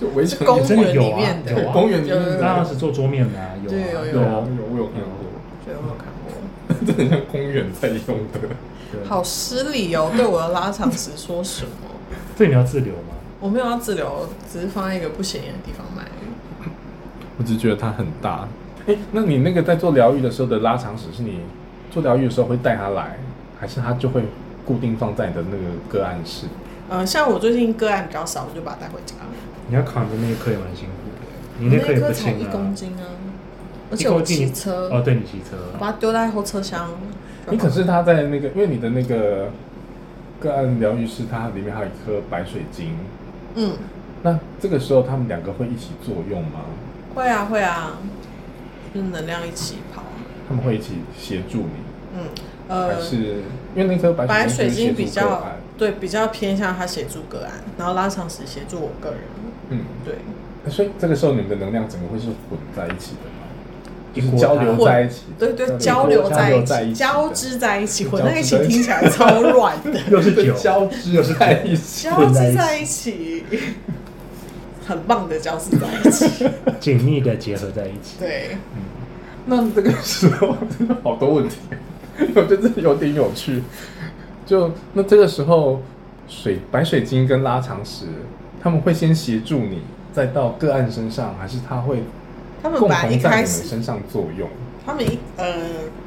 [SPEAKER 1] 就围成
[SPEAKER 2] 公
[SPEAKER 1] 一
[SPEAKER 3] 真
[SPEAKER 1] 整
[SPEAKER 2] 园
[SPEAKER 3] 的有
[SPEAKER 2] 里
[SPEAKER 3] 啊
[SPEAKER 2] 面
[SPEAKER 3] 有
[SPEAKER 2] 的，
[SPEAKER 3] 啊
[SPEAKER 1] 公园里面
[SPEAKER 2] 有
[SPEAKER 1] 的
[SPEAKER 3] 拉长石做桌面的、啊，有
[SPEAKER 2] 对
[SPEAKER 3] 啊，
[SPEAKER 2] 有
[SPEAKER 1] 有
[SPEAKER 2] 有
[SPEAKER 1] 啊有，我有看过，
[SPEAKER 2] 觉得我有啊看过，
[SPEAKER 1] 这很像公园在用的。
[SPEAKER 3] 对
[SPEAKER 2] 好，失礼哦，对我的拉长石说什么？
[SPEAKER 3] 这你要自留吗？
[SPEAKER 2] 我没有要自留，只是放在一个不显眼的地方买。
[SPEAKER 1] 我只觉得它很大。哎、那你那个在做疗愈的时候的拉长史，是你做疗愈的时候会带它来，还是它就会固定放在你的那个个案室？
[SPEAKER 2] 呃，像我最近个案比较少，我就把它带回家。
[SPEAKER 3] 你要扛着那一颗也蛮辛苦的，你
[SPEAKER 2] 那
[SPEAKER 3] 颗嗯也
[SPEAKER 2] 颗
[SPEAKER 3] 不
[SPEAKER 2] 才一
[SPEAKER 3] 轻
[SPEAKER 2] 公
[SPEAKER 3] 啊，
[SPEAKER 2] 斤啊，而
[SPEAKER 3] 一
[SPEAKER 2] 且我
[SPEAKER 3] 公斤
[SPEAKER 2] 骑车，
[SPEAKER 3] 哦，对你骑车，
[SPEAKER 2] 我把它丢在后车厢。
[SPEAKER 1] 你可是它在那个，因为你的那个个案疗愈室，它里面还有一颗白水晶。
[SPEAKER 2] 嗯，
[SPEAKER 1] 那这个时候他们两个会一起作用吗？
[SPEAKER 2] 会啊会啊，就是能量一起跑。
[SPEAKER 1] 他们会一起协助你，
[SPEAKER 2] 嗯，
[SPEAKER 1] 还
[SPEAKER 2] 呃，
[SPEAKER 1] 是因为那颗白
[SPEAKER 2] 白
[SPEAKER 1] 水
[SPEAKER 2] 水
[SPEAKER 1] 晶
[SPEAKER 2] 晶
[SPEAKER 1] 就是
[SPEAKER 2] 比
[SPEAKER 1] 协助个
[SPEAKER 2] 较
[SPEAKER 1] 案？
[SPEAKER 2] 对比较偏向他协助个案，然后拉长时协助我个人。
[SPEAKER 1] 嗯，
[SPEAKER 2] 对，
[SPEAKER 1] 所以这个时候你们的能量整个会是混在一起的吗？
[SPEAKER 3] 一
[SPEAKER 1] 就是
[SPEAKER 3] 锅
[SPEAKER 1] 交
[SPEAKER 3] 汤
[SPEAKER 1] 流
[SPEAKER 2] 混
[SPEAKER 1] 在一起，
[SPEAKER 2] 对对，
[SPEAKER 1] 交
[SPEAKER 2] 交
[SPEAKER 1] 流
[SPEAKER 2] 流
[SPEAKER 1] 在
[SPEAKER 2] 在
[SPEAKER 1] 一
[SPEAKER 2] 一
[SPEAKER 1] 起的
[SPEAKER 2] 起，交织在一起，
[SPEAKER 1] 交织
[SPEAKER 2] 混在一起
[SPEAKER 1] 在一起
[SPEAKER 2] 听起来超乱的，
[SPEAKER 3] 又是酒，
[SPEAKER 1] 交织在一起，
[SPEAKER 2] 交织在一起，很棒的交织在一起。
[SPEAKER 3] 紧密的结合在一起。
[SPEAKER 2] 对，
[SPEAKER 1] 那这个时候真的好多问题，我觉得有点有趣。就那这个时候，水白水晶跟拉长石，他们会先协助你，再到个案身上，还是他会
[SPEAKER 2] 他们
[SPEAKER 1] 共
[SPEAKER 2] 本
[SPEAKER 1] 同在你
[SPEAKER 2] 来一开
[SPEAKER 1] 们
[SPEAKER 2] 始
[SPEAKER 1] 身上作用？
[SPEAKER 2] 他们一呃，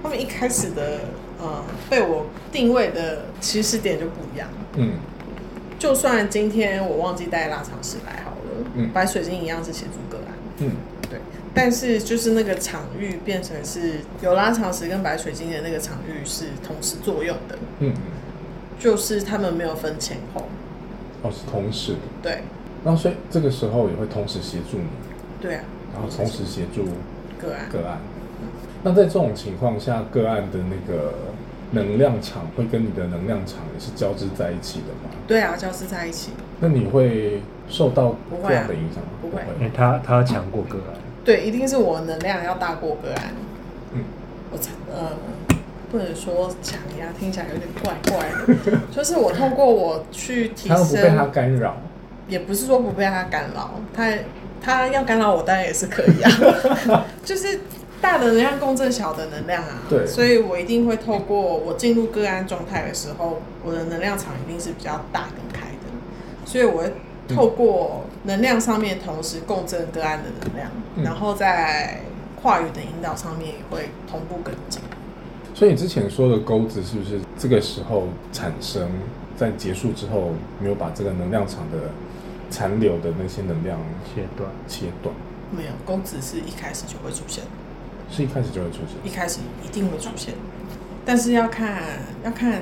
[SPEAKER 2] 他们一开始的呃被我定位的起始点就不一样。
[SPEAKER 1] 嗯，
[SPEAKER 2] 就算今天我忘记带拉长石来好了，
[SPEAKER 1] 嗯
[SPEAKER 2] 白水晶一样是协助个案，
[SPEAKER 1] 嗯，
[SPEAKER 2] 对。但是就是那个场域变成是有拉长石跟白水晶的那个场域是同时作用的，
[SPEAKER 1] 嗯，
[SPEAKER 2] 就是他们没有分前后，
[SPEAKER 1] 哦，是同时的。
[SPEAKER 2] 对
[SPEAKER 1] 然后所以这个时候也会同时协助你，
[SPEAKER 2] 对啊，
[SPEAKER 1] 然后同时协助
[SPEAKER 2] 个案
[SPEAKER 1] 个案。那在这种情况下，个案的那个能量场会跟你的能量场也是交织在一起的嘛？
[SPEAKER 2] 对啊，交织在一起，
[SPEAKER 1] 那你会受到
[SPEAKER 2] 不
[SPEAKER 1] 这
[SPEAKER 2] 会啊
[SPEAKER 1] 样的影响吗？
[SPEAKER 2] 不会
[SPEAKER 3] 哎，他他要强过个案，
[SPEAKER 2] 对，一定是我能量要大过个案，
[SPEAKER 1] 嗯，
[SPEAKER 2] 我才呃，不能说强压，听起来有点怪怪 的。就是我通过我去提
[SPEAKER 1] 他又不被他
[SPEAKER 2] 升，
[SPEAKER 1] 干扰，
[SPEAKER 2] 也不是说不被他干扰，他他要干扰我，当然也是可 以啊。就是大的能量共振小的能量啊，
[SPEAKER 1] 对
[SPEAKER 2] 所以我一定会透过我进入个案状态的时候，我的能量场一定是比较大跟开的，所以我会透过能量上面同时共振个案的能量，
[SPEAKER 1] 嗯
[SPEAKER 2] 然后在话语的引导上面也会同步跟进。
[SPEAKER 1] 所以你之前说的钩子是不是这个时候产生，在结束之后没有把这个能量场的残留的那些能量
[SPEAKER 3] 切断。
[SPEAKER 1] 切断，
[SPEAKER 2] 没有，公子是一开始就会出现，
[SPEAKER 1] 是一开始就会出现？
[SPEAKER 2] 一开始一定会出现。但是要看要看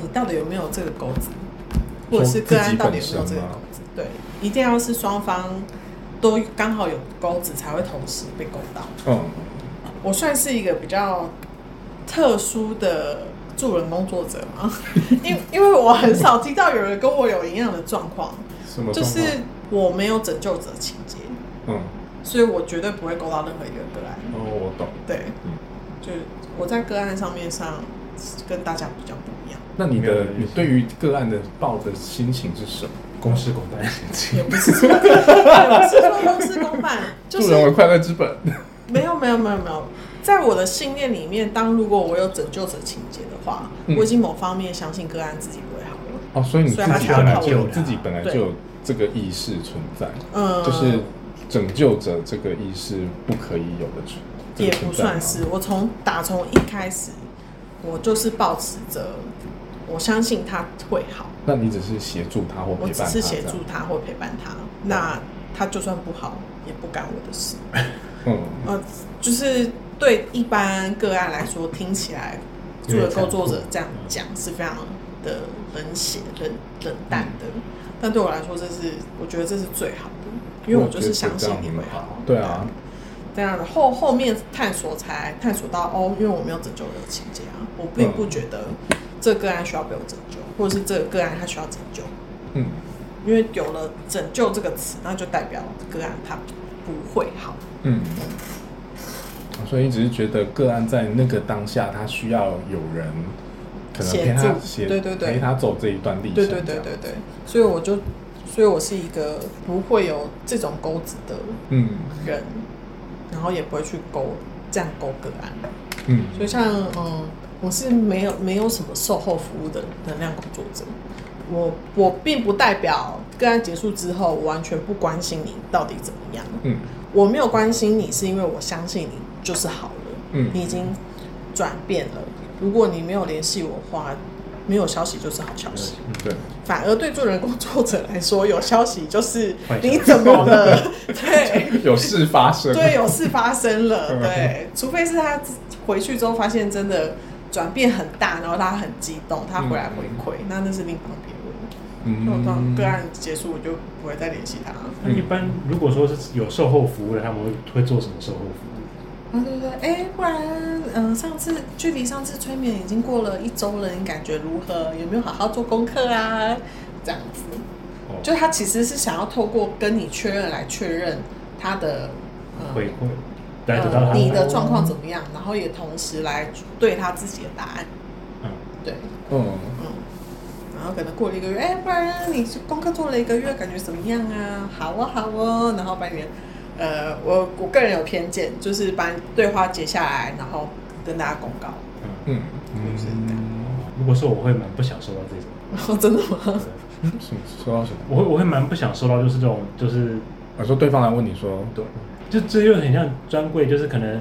[SPEAKER 2] 你到底有没有这个钩子，
[SPEAKER 1] 说
[SPEAKER 2] 或者是个
[SPEAKER 1] 自
[SPEAKER 2] 案
[SPEAKER 1] 己
[SPEAKER 2] 到
[SPEAKER 1] 本
[SPEAKER 2] 底有没有这
[SPEAKER 1] 身
[SPEAKER 2] 个
[SPEAKER 1] 吗
[SPEAKER 2] 钩子。对，一定要是双方都刚好有钩子，才会同时被勾到。
[SPEAKER 1] 嗯，
[SPEAKER 2] 我算是一个比较特殊的助人工作者 嘛，因因为我很少听到有人跟我有一样的状况，
[SPEAKER 1] 什么状况？
[SPEAKER 2] 就是我没有拯救者情节，
[SPEAKER 1] 嗯，
[SPEAKER 2] 所以我绝对不会勾到任何一个个案。
[SPEAKER 1] 哦，我懂。
[SPEAKER 2] 对，
[SPEAKER 1] 嗯
[SPEAKER 2] 就是我在个案上面上跟大家比较不 一样，
[SPEAKER 1] 那你
[SPEAKER 3] 没有
[SPEAKER 1] 的
[SPEAKER 3] 没有
[SPEAKER 1] 你对于个案的抱的心情是什么？
[SPEAKER 3] 公事公办的事情
[SPEAKER 2] 也。不是说也不是说公事 公办，就
[SPEAKER 1] 助人为
[SPEAKER 2] 是
[SPEAKER 1] 快乐之本。
[SPEAKER 2] 没有没有没有没有，在我的信念里面，当如果我有拯救者情节的话，
[SPEAKER 1] 嗯
[SPEAKER 2] 我已经某方面相信个案自己不会好了。
[SPEAKER 1] 哦，所以你自
[SPEAKER 2] 所以他
[SPEAKER 1] 己
[SPEAKER 2] 才要
[SPEAKER 1] 本来
[SPEAKER 2] 靠啊
[SPEAKER 1] 就有
[SPEAKER 3] 我
[SPEAKER 1] 自己本来
[SPEAKER 2] 对
[SPEAKER 1] 就有这个意识存在，
[SPEAKER 2] 嗯，
[SPEAKER 1] 就是拯救者这个意识不可以有的存，这
[SPEAKER 2] 也
[SPEAKER 1] 个
[SPEAKER 2] 不
[SPEAKER 1] 存在吗
[SPEAKER 2] 算是。我从打从一开始，我就是保持着我相信他会好，
[SPEAKER 1] 那你只是协助他或
[SPEAKER 2] 我
[SPEAKER 1] 陪
[SPEAKER 2] 只
[SPEAKER 1] 伴他
[SPEAKER 2] 是
[SPEAKER 1] 这
[SPEAKER 2] 协
[SPEAKER 1] 样
[SPEAKER 2] 助。他或陪伴他。那他就算不好，也不干我的事。
[SPEAKER 1] 嗯，
[SPEAKER 2] 呃，就是对一般个案来说，听起来助人工作者这样讲是非常的冷血、冷冷淡的。但对我来说，这是我觉得这是最好的，因为我就是相信你会好。
[SPEAKER 1] 对啊，
[SPEAKER 2] 这样的后后面探索才探索到哦，因为我没有拯救人的情节啊，我并不觉得这个个案需要被我拯救，或者是这个个案他需要拯救，
[SPEAKER 1] 嗯，
[SPEAKER 2] 因为有了“拯救”这个词，那就代表个案他不会好。
[SPEAKER 1] 嗯，所以你只是觉得个案在那个当下，他需要有人可能
[SPEAKER 2] 协
[SPEAKER 1] 陪他
[SPEAKER 2] 助
[SPEAKER 1] 协
[SPEAKER 2] 对对对
[SPEAKER 1] 陪他走这一段历程。
[SPEAKER 2] 对对对对，对，所以我就，所以我是一个不会有这种钩子的
[SPEAKER 1] 嗯
[SPEAKER 2] 人，然后也不会去勾这样勾个案。
[SPEAKER 1] 嗯，
[SPEAKER 2] 所以像嗯，我是没有没有什么售后服务的能量工作者，我我并不代表个案结束之后，我完全不关心你到底怎么样。
[SPEAKER 1] 嗯
[SPEAKER 2] 我没有关心你，是因为我相信你就是好了，
[SPEAKER 1] 嗯
[SPEAKER 2] 你已经转变了。如果你没有联系我的话，没有消息就是好消息。
[SPEAKER 1] 对，
[SPEAKER 2] 反而对助人工作者来说，有消息就是
[SPEAKER 3] 坏消息
[SPEAKER 2] 你怎么 了？对
[SPEAKER 1] 有事发生。
[SPEAKER 2] 对，有事发生了。
[SPEAKER 1] 嗯
[SPEAKER 2] 对，除非是他回去之后发现真的转变很大，然后他很激动，他回来回馈，
[SPEAKER 3] 嗯
[SPEAKER 2] 那那是另当别论。那我当
[SPEAKER 1] 嗯，
[SPEAKER 2] 个案结束，我就不会再联系他了。
[SPEAKER 3] 那一般如果说是有售后服务的，他们会会做什么售后服
[SPEAKER 2] 然后就说：“哎、不然，嗯、上次距离上次催眠已经过了一周了，你感觉如何？有没有好好做功课啊？这样子。”
[SPEAKER 3] 务？哦，
[SPEAKER 2] 就他其实是想要透过跟你确认来确认他的
[SPEAKER 3] 回
[SPEAKER 2] 呃
[SPEAKER 3] 馈来得到他
[SPEAKER 2] 呃你的状况怎么样，然后也同时来对他自己的答案，
[SPEAKER 3] 嗯，
[SPEAKER 2] 对，
[SPEAKER 1] 嗯，
[SPEAKER 2] 嗯，然后可能过了一个月，哎、不然你功课做了一个月，感觉怎么样啊？好啊，好哦，然后把你的呃，我我个人有偏见，就是把对话截下来，然后跟大家公 告，
[SPEAKER 3] 嗯
[SPEAKER 1] 嗯
[SPEAKER 2] 就是这
[SPEAKER 1] 嗯，
[SPEAKER 3] 如果说我会蛮不想收到这种，
[SPEAKER 2] 然后真的吗？
[SPEAKER 1] 什么说到什么？
[SPEAKER 3] 我会我会蛮不想收到就是这种就是
[SPEAKER 1] 我说对方来问你说，
[SPEAKER 3] 对，就这又很像专柜，就是可能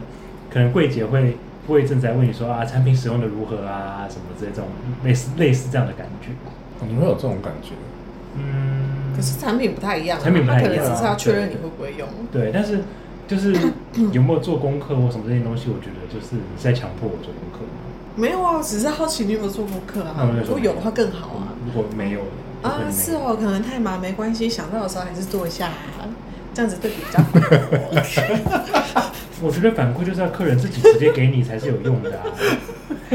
[SPEAKER 3] 可能柜姐会过一阵子来问你说啊产品使用的如何啊什么之类这种类似类似这样的感觉，
[SPEAKER 1] 哦你会有这种感觉？
[SPEAKER 3] 嗯，
[SPEAKER 2] 可是产品不太一样、啊，
[SPEAKER 3] 产品不太一
[SPEAKER 2] 他
[SPEAKER 3] 样
[SPEAKER 2] 可能只是要确认
[SPEAKER 3] 对
[SPEAKER 2] 你会不会用，
[SPEAKER 3] 对，但是就是有没有做功课或什么这些东西，我觉得就是你是在强迫我做功课。
[SPEAKER 2] 没有啊，只是好奇你有没有做功课啊
[SPEAKER 3] 那我就？
[SPEAKER 2] 如果有的话更好啊。
[SPEAKER 3] 如果没有就嗯会
[SPEAKER 2] 啊，
[SPEAKER 3] 没有
[SPEAKER 2] 是哦，可能太忙没关系，想到的时候还是做一下、啊，这样子对比较好。
[SPEAKER 3] 我觉得反馈就是要客人自己直接给你才是有用的啊。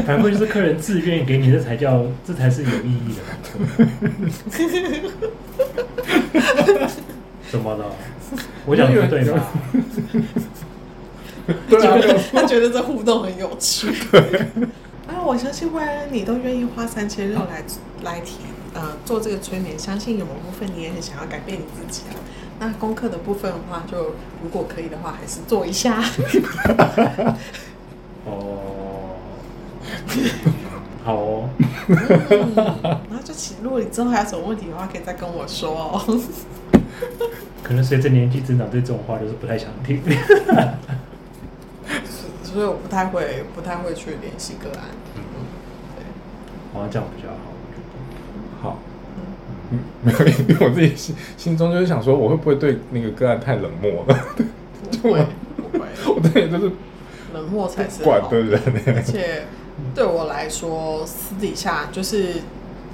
[SPEAKER 3] 反馈就是客人自愿给你，这才叫这才是有意义的反馈。怎么了？我讲的不对吧？
[SPEAKER 1] 对啊，没有
[SPEAKER 2] 他觉得这互动很有趣。啊，我相信未来你都愿意花三千六来来提呃做这个催眠，相信有某部分你也很想要改变你自己啊。那功课的部分的话，就如果可以的话，还是做一 下。
[SPEAKER 3] 哦，好哦，
[SPEAKER 2] 嗯然后就请，如果你之后还有什么问题的话，可以再跟我说哦。
[SPEAKER 3] 可能随着年纪增长，对这种话就是不太想听。
[SPEAKER 2] 所以我不太会，不太会去联系个案。对，
[SPEAKER 3] 好哦像这样比较好，我觉得。
[SPEAKER 1] 好，
[SPEAKER 2] 嗯。
[SPEAKER 1] 嗯，没有，因为我自己心心中就是想说，我会不会对那个个案太冷漠了？
[SPEAKER 2] 不会，不会。
[SPEAKER 1] 我这里就是
[SPEAKER 2] 冷漠才是
[SPEAKER 1] 管
[SPEAKER 2] 好
[SPEAKER 1] 的人
[SPEAKER 2] 而
[SPEAKER 1] 欸，
[SPEAKER 2] 且对我来说，私底下就是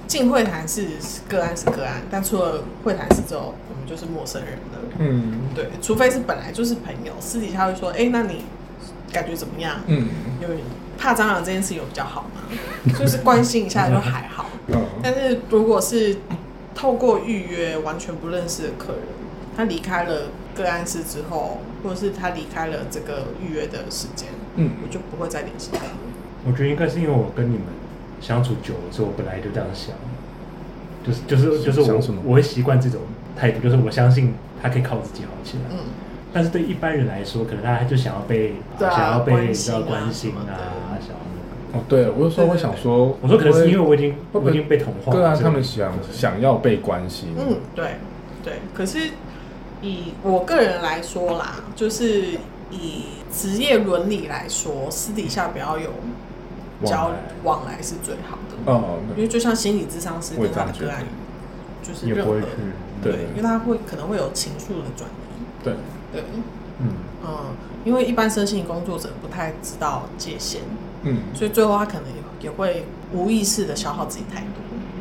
[SPEAKER 2] 进会谈室是个案是个案，但除了会谈室之后，我们就是陌生人了。
[SPEAKER 1] 嗯
[SPEAKER 2] 对，除非是本来就是朋友，私底下会说，哎、那你感觉怎么样？
[SPEAKER 1] 嗯
[SPEAKER 2] 有怕蟑螂这件事情有比较好吗？就是关心一下就还好。
[SPEAKER 1] 嗯，
[SPEAKER 2] 但是如果是透过预约完全不认识的客人，他离开了个案室之后，或者是他离开了这个预约的时间，
[SPEAKER 1] 嗯
[SPEAKER 2] 我就不会再联系他了。
[SPEAKER 3] 我觉得应该是因为我跟你们相处久了，所以我本来就这样想，就是就是就是
[SPEAKER 1] 想什么
[SPEAKER 3] 我我会习惯这种态度，就是我相信他可以靠自己好起来。
[SPEAKER 2] 嗯。
[SPEAKER 3] 但是对一般人来说，可能他就想要被、
[SPEAKER 2] 对啊
[SPEAKER 3] 想要被
[SPEAKER 2] 关
[SPEAKER 3] 你知
[SPEAKER 2] 心
[SPEAKER 3] 道
[SPEAKER 2] 啊
[SPEAKER 3] 关心
[SPEAKER 2] 什么的
[SPEAKER 3] 啊，想要那个。
[SPEAKER 1] 哦，对，我有时候会想说，
[SPEAKER 3] 我说可能是因
[SPEAKER 1] 为
[SPEAKER 3] 为我已经
[SPEAKER 1] 会不
[SPEAKER 3] 我
[SPEAKER 1] 会
[SPEAKER 3] 已经被同化了，
[SPEAKER 1] 对啊，
[SPEAKER 3] 这个
[SPEAKER 1] 他们想
[SPEAKER 3] 对
[SPEAKER 1] 想要被关心，
[SPEAKER 2] 嗯，对，对。可是以我个人来说啦，就是以职业伦理来说，私底下不要有
[SPEAKER 1] 往
[SPEAKER 2] 交
[SPEAKER 1] 来
[SPEAKER 2] 往来是最好的，
[SPEAKER 1] 哦，
[SPEAKER 2] 因为就像心理智商师
[SPEAKER 1] 我也
[SPEAKER 2] 跟他的
[SPEAKER 1] 这
[SPEAKER 2] 个
[SPEAKER 1] 样
[SPEAKER 2] 案
[SPEAKER 1] 觉得，
[SPEAKER 2] 就是
[SPEAKER 3] 也
[SPEAKER 2] 任
[SPEAKER 3] 不
[SPEAKER 2] 何
[SPEAKER 3] 会去
[SPEAKER 1] 对
[SPEAKER 2] 因为他会可能会有情绪的转移，
[SPEAKER 1] 对，
[SPEAKER 2] 对，
[SPEAKER 3] 嗯，
[SPEAKER 2] 嗯，因为一般身心工作者不太知道界限，
[SPEAKER 1] 嗯
[SPEAKER 2] 所以最后他可能也会无意识的消耗自己太多，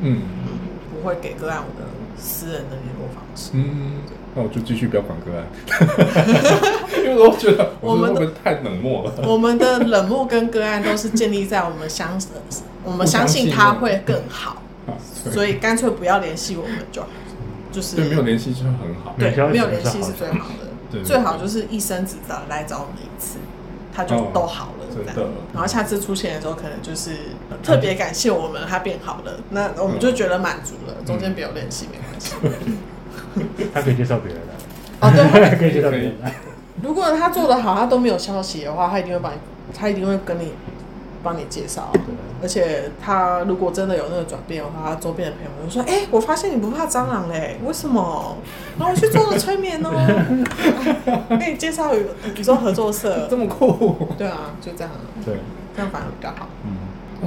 [SPEAKER 1] 嗯
[SPEAKER 2] 嗯，不会给个案我的私人的联络方式。
[SPEAKER 1] 嗯，那我就继续不要管 哥啊，因为我觉得我
[SPEAKER 2] 我们
[SPEAKER 1] 们
[SPEAKER 2] 的
[SPEAKER 1] 会不会太冷漠了？
[SPEAKER 2] 我们的冷漠跟个案都是建立在我们相我们相信他会更好，
[SPEAKER 1] 啊对
[SPEAKER 2] 所以干脆不要联系我们就好，就是
[SPEAKER 1] 对没有联系就很好，嗯
[SPEAKER 2] 对
[SPEAKER 3] 你只要
[SPEAKER 2] 没有
[SPEAKER 3] 想
[SPEAKER 2] 联
[SPEAKER 3] 是
[SPEAKER 2] 系
[SPEAKER 3] 好
[SPEAKER 2] 是
[SPEAKER 3] 的
[SPEAKER 2] 最好
[SPEAKER 1] 对
[SPEAKER 2] 的，最好就是一生只找来找我们一次，他就
[SPEAKER 1] 哦
[SPEAKER 2] 都好了
[SPEAKER 1] 真
[SPEAKER 2] 这样
[SPEAKER 1] 的。
[SPEAKER 2] 然后下次出现的时候，可能就是特别感谢我们，他变好了，那我们就觉得满足了，
[SPEAKER 1] 嗯
[SPEAKER 2] 中间没有联系没关系。
[SPEAKER 3] 他可以介绍别人来，
[SPEAKER 2] 哦，对，
[SPEAKER 3] 他 可以介绍别人来，啊
[SPEAKER 2] 如果他做的好，他都没有消息的话，他一定会帮你，他一定会跟你帮你介绍。而且他如果真的有那个转变的话，他周边的朋友就说：“哎、我发现你不怕蟑螂嘞、为什么？”然后我去做了催眠哦、给你介绍宇宇宙合作社
[SPEAKER 1] 这。么酷，
[SPEAKER 2] 对啊，就这样，
[SPEAKER 1] 对，
[SPEAKER 2] 这样反而比较好。
[SPEAKER 3] 嗯，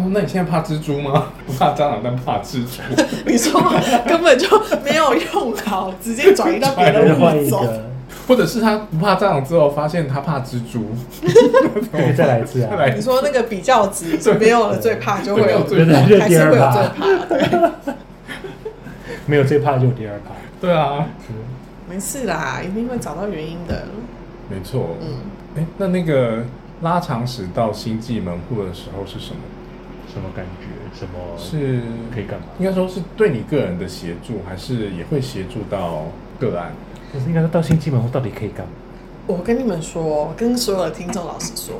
[SPEAKER 1] 哦，那你现在怕蜘蛛吗？ 不怕蟑螂，但怕蜘蛛，
[SPEAKER 2] 你说根本就没有用好，直接转移到别
[SPEAKER 3] 那
[SPEAKER 2] 的
[SPEAKER 3] 就换
[SPEAKER 2] 物
[SPEAKER 3] 一
[SPEAKER 2] 种。
[SPEAKER 3] 个，
[SPEAKER 1] 或者是他不怕蟑螂之后发现他怕蜘蛛，
[SPEAKER 3] 就可以再来一次
[SPEAKER 1] 再
[SPEAKER 3] 啊，
[SPEAKER 1] 来
[SPEAKER 2] 你说那个比较值是没有了最怕，就会有
[SPEAKER 1] 对
[SPEAKER 3] 没有最怕
[SPEAKER 2] 还是会有最怕。对。
[SPEAKER 3] 没有最怕就有第二怕，
[SPEAKER 1] 对啊，
[SPEAKER 2] 没事啦，一定会找到原因的。
[SPEAKER 1] 没错，
[SPEAKER 2] 嗯，
[SPEAKER 1] 哎，那那个拉长史到星际门户的时候是什么？
[SPEAKER 3] 什么感觉？什
[SPEAKER 2] 哦
[SPEAKER 3] 么
[SPEAKER 1] 是
[SPEAKER 3] 可以干嘛？
[SPEAKER 1] 应该说是对你个人的协助，还是也会协助到个案？
[SPEAKER 3] 可是应该说到新基本后到底可以干嘛？
[SPEAKER 2] 我跟你们说，跟所有的听众老实说，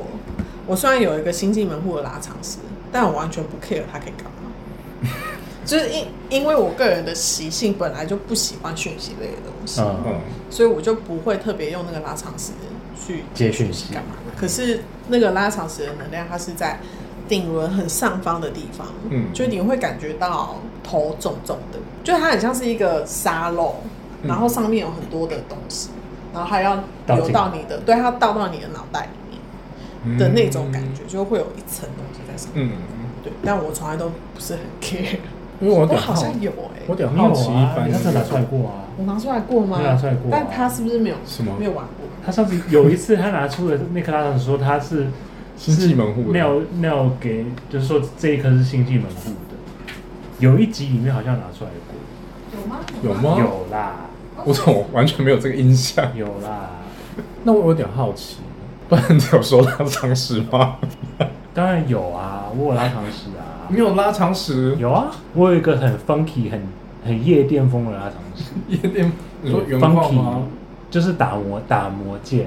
[SPEAKER 2] 我虽然有一个新进门户的拉长师，但我完全不 care 他可以干嘛。就是因因为我个人的习性本来就不喜欢讯息类的东西，
[SPEAKER 3] 嗯
[SPEAKER 1] 嗯，
[SPEAKER 2] 所以我就不会特别用那个拉长时去
[SPEAKER 3] 接讯息
[SPEAKER 2] 干嘛的。可是那个拉长时的能量，它是在顶轮很上方的地方，
[SPEAKER 1] 嗯
[SPEAKER 2] 就你会感觉到头重重的，就它很像是一个沙漏，
[SPEAKER 1] 嗯
[SPEAKER 2] 然后上面有很多的东西，然后还要
[SPEAKER 3] 倒
[SPEAKER 2] 流
[SPEAKER 3] 进
[SPEAKER 2] 到你的，对，它倒到你的脑袋里面的那种感觉，就会有一层东西在上面。
[SPEAKER 1] 嗯，
[SPEAKER 2] 对，但我从来都不是很 care，
[SPEAKER 1] 因为我
[SPEAKER 2] 我
[SPEAKER 1] 点
[SPEAKER 2] 好
[SPEAKER 1] 好，
[SPEAKER 2] 像有哎、
[SPEAKER 1] 我点
[SPEAKER 3] 你
[SPEAKER 1] 好奇
[SPEAKER 3] 有啊，
[SPEAKER 1] 反
[SPEAKER 3] 你上次
[SPEAKER 1] 正
[SPEAKER 3] 拿出来过啊。
[SPEAKER 2] 我拿出来过吗？
[SPEAKER 3] 你拿出来过啊
[SPEAKER 2] 但他是不是没有
[SPEAKER 1] 什么
[SPEAKER 2] 没有玩过？
[SPEAKER 3] 他上次有一次他拿出了那颗拉长说他是
[SPEAKER 1] 星际门户的
[SPEAKER 3] 尿尿给，就是说这一颗是星际门户的。有一集里面好像拿出来过，
[SPEAKER 2] 有吗？
[SPEAKER 1] 有吗？
[SPEAKER 3] 有啦，
[SPEAKER 1] 我怎么完全没有这个印 象？
[SPEAKER 3] 有啦。
[SPEAKER 1] 那我有点好奇，不然你有说拉长史吗？
[SPEAKER 3] 当然有啊，我有拉长史啊，
[SPEAKER 1] 你有拉长史？
[SPEAKER 3] 有啊，我有一个很 funky、很很夜店风的拉长史。
[SPEAKER 1] 夜店？你说原话
[SPEAKER 3] funky
[SPEAKER 1] 吗？
[SPEAKER 3] 就是打磨打磨剑，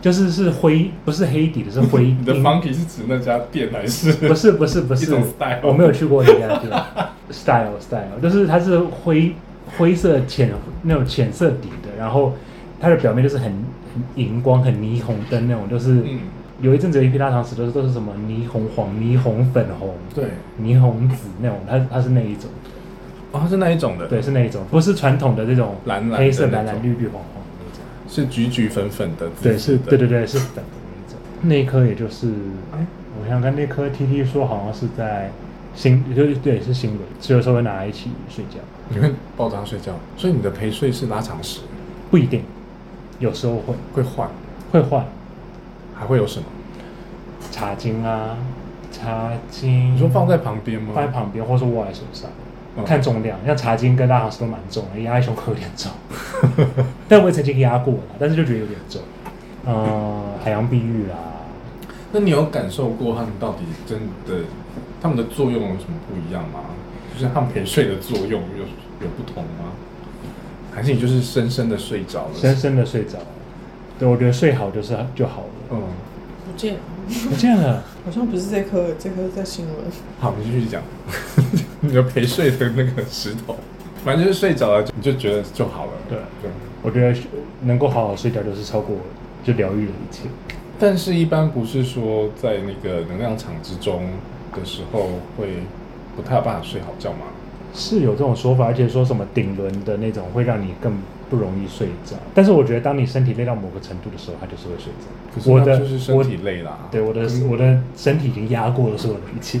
[SPEAKER 3] 就是是灰，不是黑底的，是 灰
[SPEAKER 1] 你的
[SPEAKER 3] 钉
[SPEAKER 1] funky 是指那家店还是？
[SPEAKER 3] 不是不是不
[SPEAKER 1] 一
[SPEAKER 3] 是
[SPEAKER 1] 种 style
[SPEAKER 3] 我没有去过那家店。style style，就是它是灰灰色浅那种浅色底的，然后它的表面就是很很荧光、很霓虹灯那种，就是
[SPEAKER 1] 嗯
[SPEAKER 3] 有一阵子有一批拉长石都是都是什么霓虹黄、霓虹粉红、
[SPEAKER 1] 对，
[SPEAKER 3] 霓虹紫那种，它它是那一种，
[SPEAKER 1] 哦，它是那一种的，
[SPEAKER 3] 对，，是那一种，不是传统的这种
[SPEAKER 1] 蓝蓝的
[SPEAKER 3] 黑色、
[SPEAKER 1] 那
[SPEAKER 3] 蓝蓝、
[SPEAKER 1] 种
[SPEAKER 3] 绿绿、黄黄的那种。
[SPEAKER 1] 是橘橘粉粉的，
[SPEAKER 3] 对，
[SPEAKER 1] 紫
[SPEAKER 3] 是，
[SPEAKER 1] 紫
[SPEAKER 3] 对
[SPEAKER 1] 的
[SPEAKER 3] 对，对，是粉的那一种。那一颗也就是，哎、我想跟那颗 T T 说，好像是在新，就是对，是新轮，所以有时候会拿来一起睡觉，
[SPEAKER 1] 你会抱着它睡觉，所以你的陪睡是拉长史，
[SPEAKER 3] 不一定，有时候会
[SPEAKER 1] 会换，
[SPEAKER 3] 会换。
[SPEAKER 1] 还会有什么？
[SPEAKER 3] 茶巾啊，茶巾。
[SPEAKER 1] 你说放在旁边吗？
[SPEAKER 3] 放在旁边，或是握在手上，
[SPEAKER 1] 嗯
[SPEAKER 3] 看重量。像茶巾跟大航石都蛮重的，压在胸口有点重。 但我也曾经压过啦，但是就觉得有点重。呃，海洋啊碧玉啦，
[SPEAKER 1] 那你有感受过它们到底真的它们的作用有什么不一样吗？就是它们陪睡的作用有有不同吗？还是你就是深深的睡着了？
[SPEAKER 3] 深深的睡着了。对，我觉得睡好就是就好了。
[SPEAKER 1] 嗯，
[SPEAKER 2] 不见了，
[SPEAKER 3] 不见了，
[SPEAKER 2] 好像不是这颗，这颗在新闻。
[SPEAKER 1] 好，你继续讲你的陪睡的那个石头，反正就是睡着了，你就觉得就好了。
[SPEAKER 3] 对
[SPEAKER 1] 对。
[SPEAKER 3] 我觉得能够好好睡觉就是超过就疗愈了一切。
[SPEAKER 1] 但是，一般不是说在那个能量场之中的时候会不太有办法睡好觉吗？
[SPEAKER 3] 是有这种说法，而且说什么顶轮的那种会让你更不容易睡着。但是我觉得，当你身体累到某个程度的时候，它就是会睡
[SPEAKER 1] 可
[SPEAKER 3] 着。
[SPEAKER 1] 是
[SPEAKER 3] 我
[SPEAKER 1] 那
[SPEAKER 3] 的
[SPEAKER 1] 就是身体累啦。
[SPEAKER 3] 我对我的
[SPEAKER 1] 嗯
[SPEAKER 3] 我的身体已经压过了所有的一切。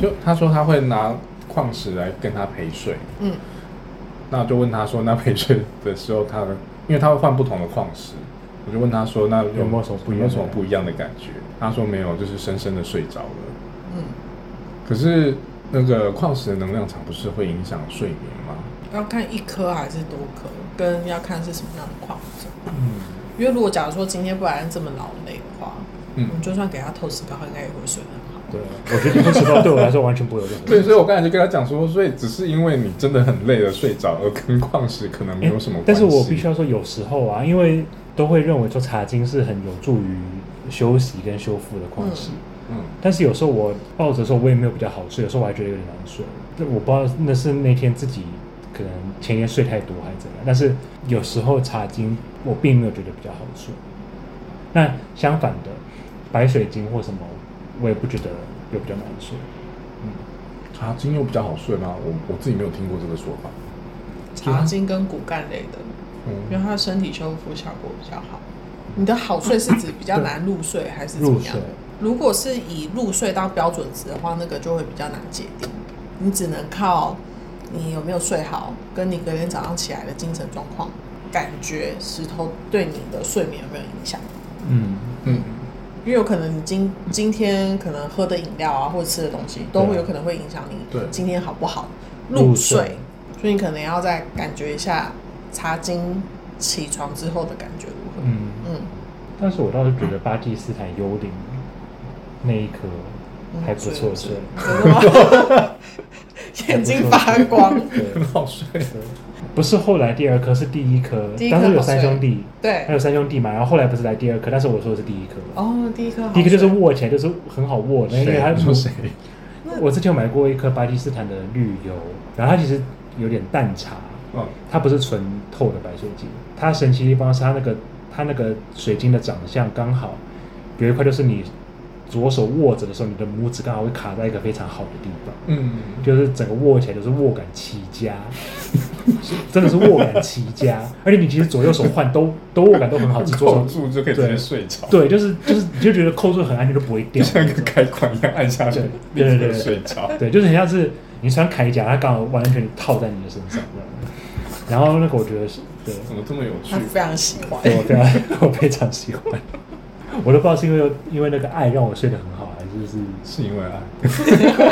[SPEAKER 1] 就他说他会拿矿石来跟他陪睡，
[SPEAKER 2] 嗯，
[SPEAKER 1] 那我就问他说，那陪睡的时候他的，因为他会换不同的矿石，我就问他说，那
[SPEAKER 3] 有没有什么不一
[SPEAKER 1] 有没
[SPEAKER 3] 样的
[SPEAKER 1] 有什么不一样的感觉？他说没有，就是深深的睡着了。
[SPEAKER 2] 嗯，
[SPEAKER 1] 可是那个矿石的能量场不是会影响睡眠吗？
[SPEAKER 2] 要看一颗还是多颗，跟要看是什么样的矿物质。
[SPEAKER 1] 嗯
[SPEAKER 2] 因为如果假如说今天不然这么劳累的话，
[SPEAKER 1] 嗯
[SPEAKER 2] 我们就算给他透石膏，他应该也会睡得很好。
[SPEAKER 3] 对，我觉得你会迟到对我来说完全不会有任何。
[SPEAKER 1] 对，所以我刚才就跟他讲说，所以只是因为你真的很累了睡着，而跟矿石可能没有什么
[SPEAKER 3] 诶
[SPEAKER 1] 关系。
[SPEAKER 3] 哎但是我必须要说，有时候啊，因为都会认为说茶经是很有助于休息跟修复的矿石。
[SPEAKER 2] 嗯
[SPEAKER 1] 嗯，
[SPEAKER 3] 但是有时候我抱着的时候，我也没有比较好睡，有时候我还觉得有点难睡。这我不知道那是那天自己可能前一天睡太多还是怎样，但是有时候茶经我并没有觉得比较好睡。那相反的，白水晶或什么，我也不觉得有比较难睡。
[SPEAKER 1] 茶啊精又比较好睡吗？我我自己没有听过这个说法。
[SPEAKER 2] 茶精跟骨干类的，
[SPEAKER 1] 嗯，
[SPEAKER 2] 因为它的身体修复效果比较好。你的好睡是指比较难入睡还是怎
[SPEAKER 3] 入
[SPEAKER 2] 么样
[SPEAKER 3] 睡？
[SPEAKER 2] 如果是以入睡当标准值的话，那个就会比较难界定。你只能靠你有没有睡好，跟你隔天早上起来的精神状况，感觉石头对你的睡眠有没有影响。
[SPEAKER 3] 嗯，
[SPEAKER 1] 嗯，
[SPEAKER 2] 因为有可能你今今天可能喝的饮料啊，或者吃的东西，都会有可能会影响你
[SPEAKER 1] 对
[SPEAKER 2] 今天好不好
[SPEAKER 3] 入
[SPEAKER 2] 入
[SPEAKER 3] 睡
[SPEAKER 2] 睡，所以你可能要再感觉一下茶经起床之后的感觉如何。
[SPEAKER 3] 嗯，
[SPEAKER 2] 嗯，
[SPEAKER 3] 但是我倒是觉得巴基斯坦幽灵那一颗还不错睡，
[SPEAKER 2] 真的 吗？眼睛发光。
[SPEAKER 3] 对
[SPEAKER 1] 很好睡。
[SPEAKER 3] 对，不是后来第二颗，是第一颗
[SPEAKER 2] 第一，颗
[SPEAKER 3] 当
[SPEAKER 2] 好
[SPEAKER 3] 时
[SPEAKER 2] 睡
[SPEAKER 3] 有三兄弟，还
[SPEAKER 2] 对，
[SPEAKER 3] 有三兄弟嘛，然后后来不是来第二颗，但是我说的是第一颗，
[SPEAKER 2] 哦，第一颗好
[SPEAKER 3] 第一颗就是
[SPEAKER 2] 水
[SPEAKER 3] 握起来就是很好握的，因为它
[SPEAKER 1] 你说谁？
[SPEAKER 3] 我之前有买过一颗巴基斯坦的绿油，然后它其实有点淡茶，
[SPEAKER 1] 嗯，
[SPEAKER 3] 它不是纯透的白水晶，它神奇的地方是它那个它那个水晶的长相刚好有一块就是你左手握着的时候，你的拇指刚好会卡在一个非常好的地 方。
[SPEAKER 1] 嗯，
[SPEAKER 3] 就是整个握起来就是握感齐佳，是真的是握感齐佳，而且你其实左右手换都都握感都很好，只左
[SPEAKER 1] 扣
[SPEAKER 3] 手
[SPEAKER 1] 住就可以直接睡着，
[SPEAKER 3] 对，就是就是你就觉得扣住很安全，就不会
[SPEAKER 1] 就
[SPEAKER 3] 掉。
[SPEAKER 1] 像一个开关一样按下去，立
[SPEAKER 3] 对对对
[SPEAKER 1] 刻
[SPEAKER 3] 对
[SPEAKER 1] 睡着。
[SPEAKER 3] 对，就是很像是你穿铠甲，它刚好完全套在你的身上这样。然后那个我觉得是对，
[SPEAKER 1] 怎么这么有趣
[SPEAKER 2] 他？非常喜欢。
[SPEAKER 3] 对我非常 我非常喜欢，我都不知道是因为因为那个爱让我睡得很好，还是是
[SPEAKER 1] 是因为爱，啊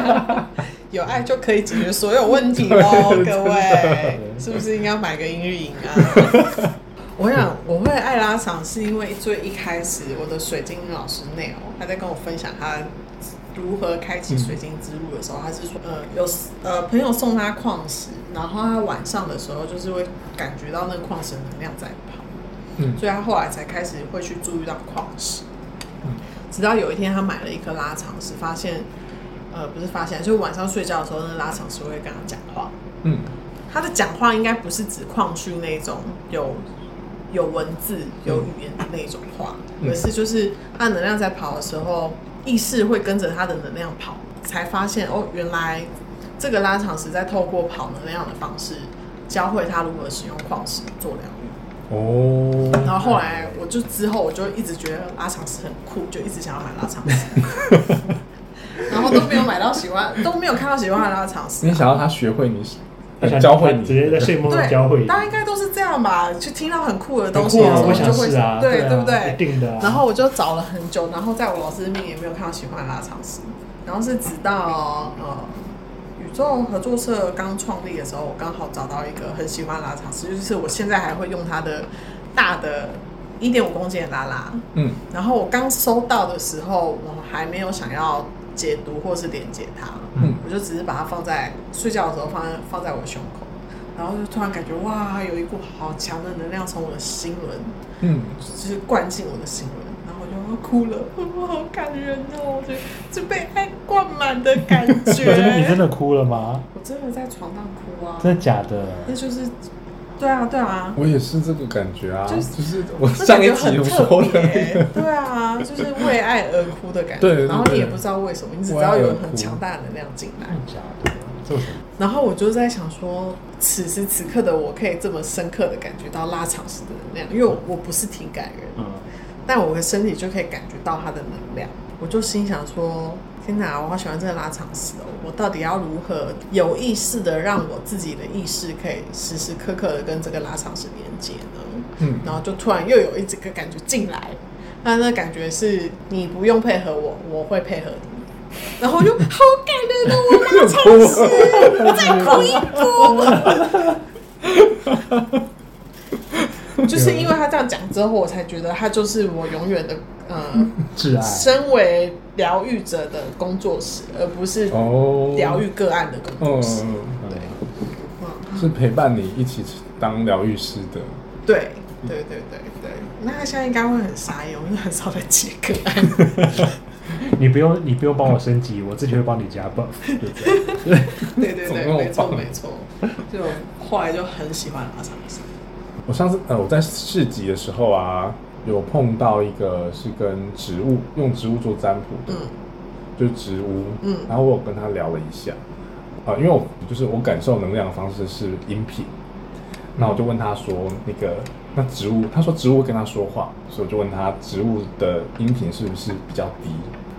[SPEAKER 2] 有爱就可以解决所有 问题喽，各位，是不是应该买个音乐营啊？ 我想我会爱拉长，是因为最一开始我的水晶老师 Neil 他在跟我分享他如何开启水晶之路的时候，他是说，呃，有呃朋友送他矿石，然后他晚上的时候就是会感觉到那个矿石能量在跑，
[SPEAKER 1] 嗯
[SPEAKER 2] 所以他后来才开始会去注意到矿石
[SPEAKER 1] 嗯。
[SPEAKER 2] 直到有一天，他买了一颗拉长石，发现，呃，不是发现，就是晚上睡觉的时候，那拉长石会跟他讲话。
[SPEAKER 1] 嗯
[SPEAKER 2] 他的讲话应该不是指矿区那种有有文字、有语言的那种话，
[SPEAKER 1] 嗯
[SPEAKER 2] 而是就是他的能量在跑的时候，意识会跟着他的能量跑，才发现哦，原来这个拉长石在透过跑能量的方式，教会他如何使用矿石做疗愈。然
[SPEAKER 1] 哦，
[SPEAKER 2] 后后来我就之后我就一直觉得拉长石很酷，就一直想要买拉长石，然后都没有买到喜欢，都没有看到喜欢的拉长石啊
[SPEAKER 1] 你。想要他学会你
[SPEAKER 3] 他想
[SPEAKER 1] 教会你，
[SPEAKER 3] 直接在睡梦中
[SPEAKER 2] 对，
[SPEAKER 3] 教会你
[SPEAKER 2] 大家应该都是这样样吧，就听到很酷的东西
[SPEAKER 3] 酷
[SPEAKER 2] 的时
[SPEAKER 3] 啊，
[SPEAKER 2] 候，
[SPEAKER 3] 我
[SPEAKER 2] 就
[SPEAKER 3] 想
[SPEAKER 2] 会
[SPEAKER 3] 试啊，
[SPEAKER 2] 对
[SPEAKER 3] 啊
[SPEAKER 2] 对不对
[SPEAKER 3] 一？定的啊。
[SPEAKER 2] 然后我就找了很久，然后在我老师面也没有看到喜欢的拉长丝，然后是直到呃宇宙合作社刚创立的时候，我刚好找到一个很喜欢的拉长丝，就是我现在还会用它的大的一点五公斤的拉拉。
[SPEAKER 1] 嗯，
[SPEAKER 2] 然后我刚收到的时候，我还没有想要解读或是连接它，
[SPEAKER 1] 嗯
[SPEAKER 2] 我就只是把它放在睡觉的时候放在放在我胸口，然后就突然感觉哇，有一股好强的能量从我的心轮
[SPEAKER 1] 嗯，
[SPEAKER 2] 就是灌进我的心轮，然后我就要哭了，我好感人哦，我觉得就被爱灌满的感
[SPEAKER 3] 你 真的你
[SPEAKER 2] 觉。
[SPEAKER 3] 真的哭了吗？
[SPEAKER 2] 我真的在床上哭啊，
[SPEAKER 3] 真的假的？
[SPEAKER 2] 那就是，对啊对啊，
[SPEAKER 1] 我也是这个感觉啊，
[SPEAKER 2] 就
[SPEAKER 1] 就是是我
[SPEAKER 2] 这
[SPEAKER 1] 上
[SPEAKER 2] 感
[SPEAKER 1] 一
[SPEAKER 2] 觉
[SPEAKER 1] 集
[SPEAKER 2] 很
[SPEAKER 1] 我
[SPEAKER 2] 特
[SPEAKER 1] 说
[SPEAKER 2] 别
[SPEAKER 1] 的，
[SPEAKER 2] 欸，对啊，就是为爱而哭的感觉。
[SPEAKER 1] 对对
[SPEAKER 2] 然后你也
[SPEAKER 1] 对
[SPEAKER 2] 不知道为什么，你只知
[SPEAKER 1] 为爱
[SPEAKER 2] 道有
[SPEAKER 1] 而
[SPEAKER 2] 很
[SPEAKER 1] 哭
[SPEAKER 2] 强大的能量进来。
[SPEAKER 3] 真的假的？这有什么？
[SPEAKER 2] 然后我就在想说，此时此刻的我可以这么深刻的感觉到拉长时的能量，因为我我不是体感人，
[SPEAKER 3] 嗯，
[SPEAKER 2] 但我的身体就可以感觉到它的能量。我就心想说：天哪，我好喜欢这个拉长石哦！我到底要如何有意识的让我自己的意识可以时时刻刻的跟这个拉长石连接呢？
[SPEAKER 1] 嗯，
[SPEAKER 2] 然后就突然又有一整个感觉进来，那那感觉是你不用配合我，我会配合你。然后我就好感人哦，我拉长石，再哭一哭。 就是因为他这样讲之后，我才觉得他就是我永远的呃，
[SPEAKER 3] 挚
[SPEAKER 1] 哎
[SPEAKER 3] 爱。
[SPEAKER 2] 身为疗愈者的工作室，而不是
[SPEAKER 1] 哦，
[SPEAKER 2] 疗愈个案的工作
[SPEAKER 1] 嗯，
[SPEAKER 2] 室。嗯
[SPEAKER 3] 嗯
[SPEAKER 2] 对
[SPEAKER 1] 是陪伴你一起当疗愈师的，
[SPEAKER 2] 对对对对对，那他现在应该会很傻眼，我们很少在接个案。
[SPEAKER 3] 你不用，你不用帮我升级，我自己会帮你加 buff，就 这样。
[SPEAKER 2] 对对
[SPEAKER 1] 怎么
[SPEAKER 2] 对，
[SPEAKER 1] 那么
[SPEAKER 2] 没错
[SPEAKER 1] 棒
[SPEAKER 2] 没错，就后来就很喜欢拉长丝。
[SPEAKER 1] 我上次呃，我在市集的时候啊，有碰到一个是跟植物用植物做占卜的，
[SPEAKER 2] 嗯
[SPEAKER 1] 就是植物，
[SPEAKER 2] 嗯
[SPEAKER 1] 然后我有跟他聊了一下，啊、因为我就是我感受能量的方式是音频，那我就问他说那个那植物，他说植物会跟他说话，所以我就问他植物的音频是不是比较低，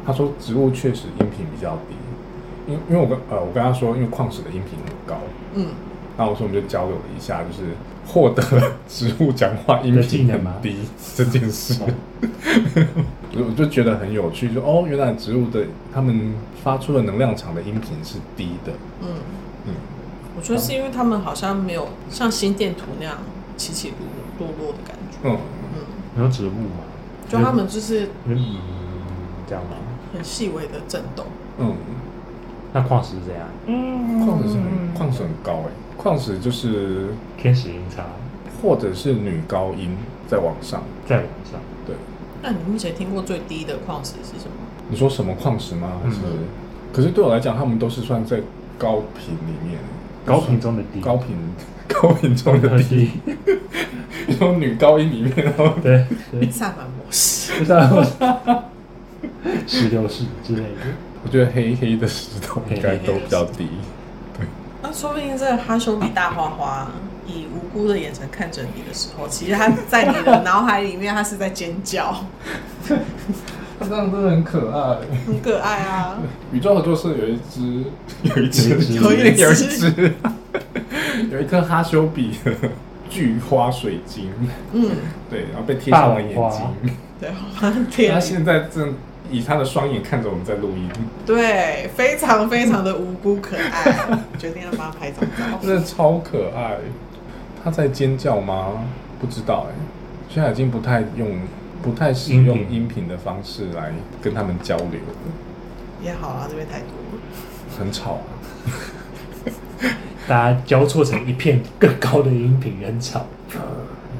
[SPEAKER 1] 他说植物确实音频比较低，因因为我跟呃我跟他说，因为矿石的音频很高，
[SPEAKER 2] 嗯，
[SPEAKER 1] 那我说我们就交流了一下，就是获得了植物讲话音频很低这件事， 我就觉得很有趣，就哦，原来植物的他们发出的能量场的音频是低的，
[SPEAKER 2] 嗯，
[SPEAKER 1] 嗯，
[SPEAKER 2] 我觉得是因为他们好像没有像心电图那样起起落落落的感觉，
[SPEAKER 1] 嗯，
[SPEAKER 2] 嗯，
[SPEAKER 3] 你说植物吗？
[SPEAKER 2] 就他们就是
[SPEAKER 3] 嗯，嗯，这样吗？
[SPEAKER 2] 很细微的震动。
[SPEAKER 1] 嗯，
[SPEAKER 3] 那矿石是怎样？
[SPEAKER 1] 嗯，矿石是很矿石很高哎、矿石就是
[SPEAKER 3] 天使音叉
[SPEAKER 1] 或者是女高音在往上，
[SPEAKER 3] 在往上，
[SPEAKER 1] 对，
[SPEAKER 2] 那你目前听过最低的矿石是什么？
[SPEAKER 1] 你说什么矿石吗？还是？
[SPEAKER 2] 嗯
[SPEAKER 1] 可是对我来讲，他们都是算在高频里面，
[SPEAKER 3] 高频中的低，
[SPEAKER 1] 高频高频中的低。
[SPEAKER 3] 低，
[SPEAKER 1] 那种女高音里面，然后
[SPEAKER 3] 对对，
[SPEAKER 2] 萨满模式。
[SPEAKER 3] 不知道，石榴式之类的。
[SPEAKER 1] 我觉得黑黑的石头应该都比较低。
[SPEAKER 2] 那说不定这哈修比大花花以无辜的眼神看着你的时候，其实他在你的脑海里面，他是在尖 叫，
[SPEAKER 1] 它这样真的很可爱。
[SPEAKER 2] 很可爱 啊。
[SPEAKER 1] 宇宙合作社有一只，有一只，
[SPEAKER 3] 有一
[SPEAKER 2] 只
[SPEAKER 1] 有一只， 有一颗哈修比的巨花水晶，
[SPEAKER 2] 嗯，
[SPEAKER 1] 对，然后被贴上了眼
[SPEAKER 3] 霸王花
[SPEAKER 1] 睛。
[SPEAKER 2] 对，我天
[SPEAKER 1] 它，现在正以它的双眼看着我们在录音，
[SPEAKER 2] 对，非常非常的无辜可爱， 决定要帮他拍张照。
[SPEAKER 1] 真的超可爱。它在尖叫吗？不知道哎、现在已经不太用。不太使用
[SPEAKER 3] 音频
[SPEAKER 1] 音频的方式来跟他们交流了，
[SPEAKER 2] 也好啦，这边太多了。
[SPEAKER 1] 很吵啊。
[SPEAKER 3] 大家交错成一片更高的音频，很吵，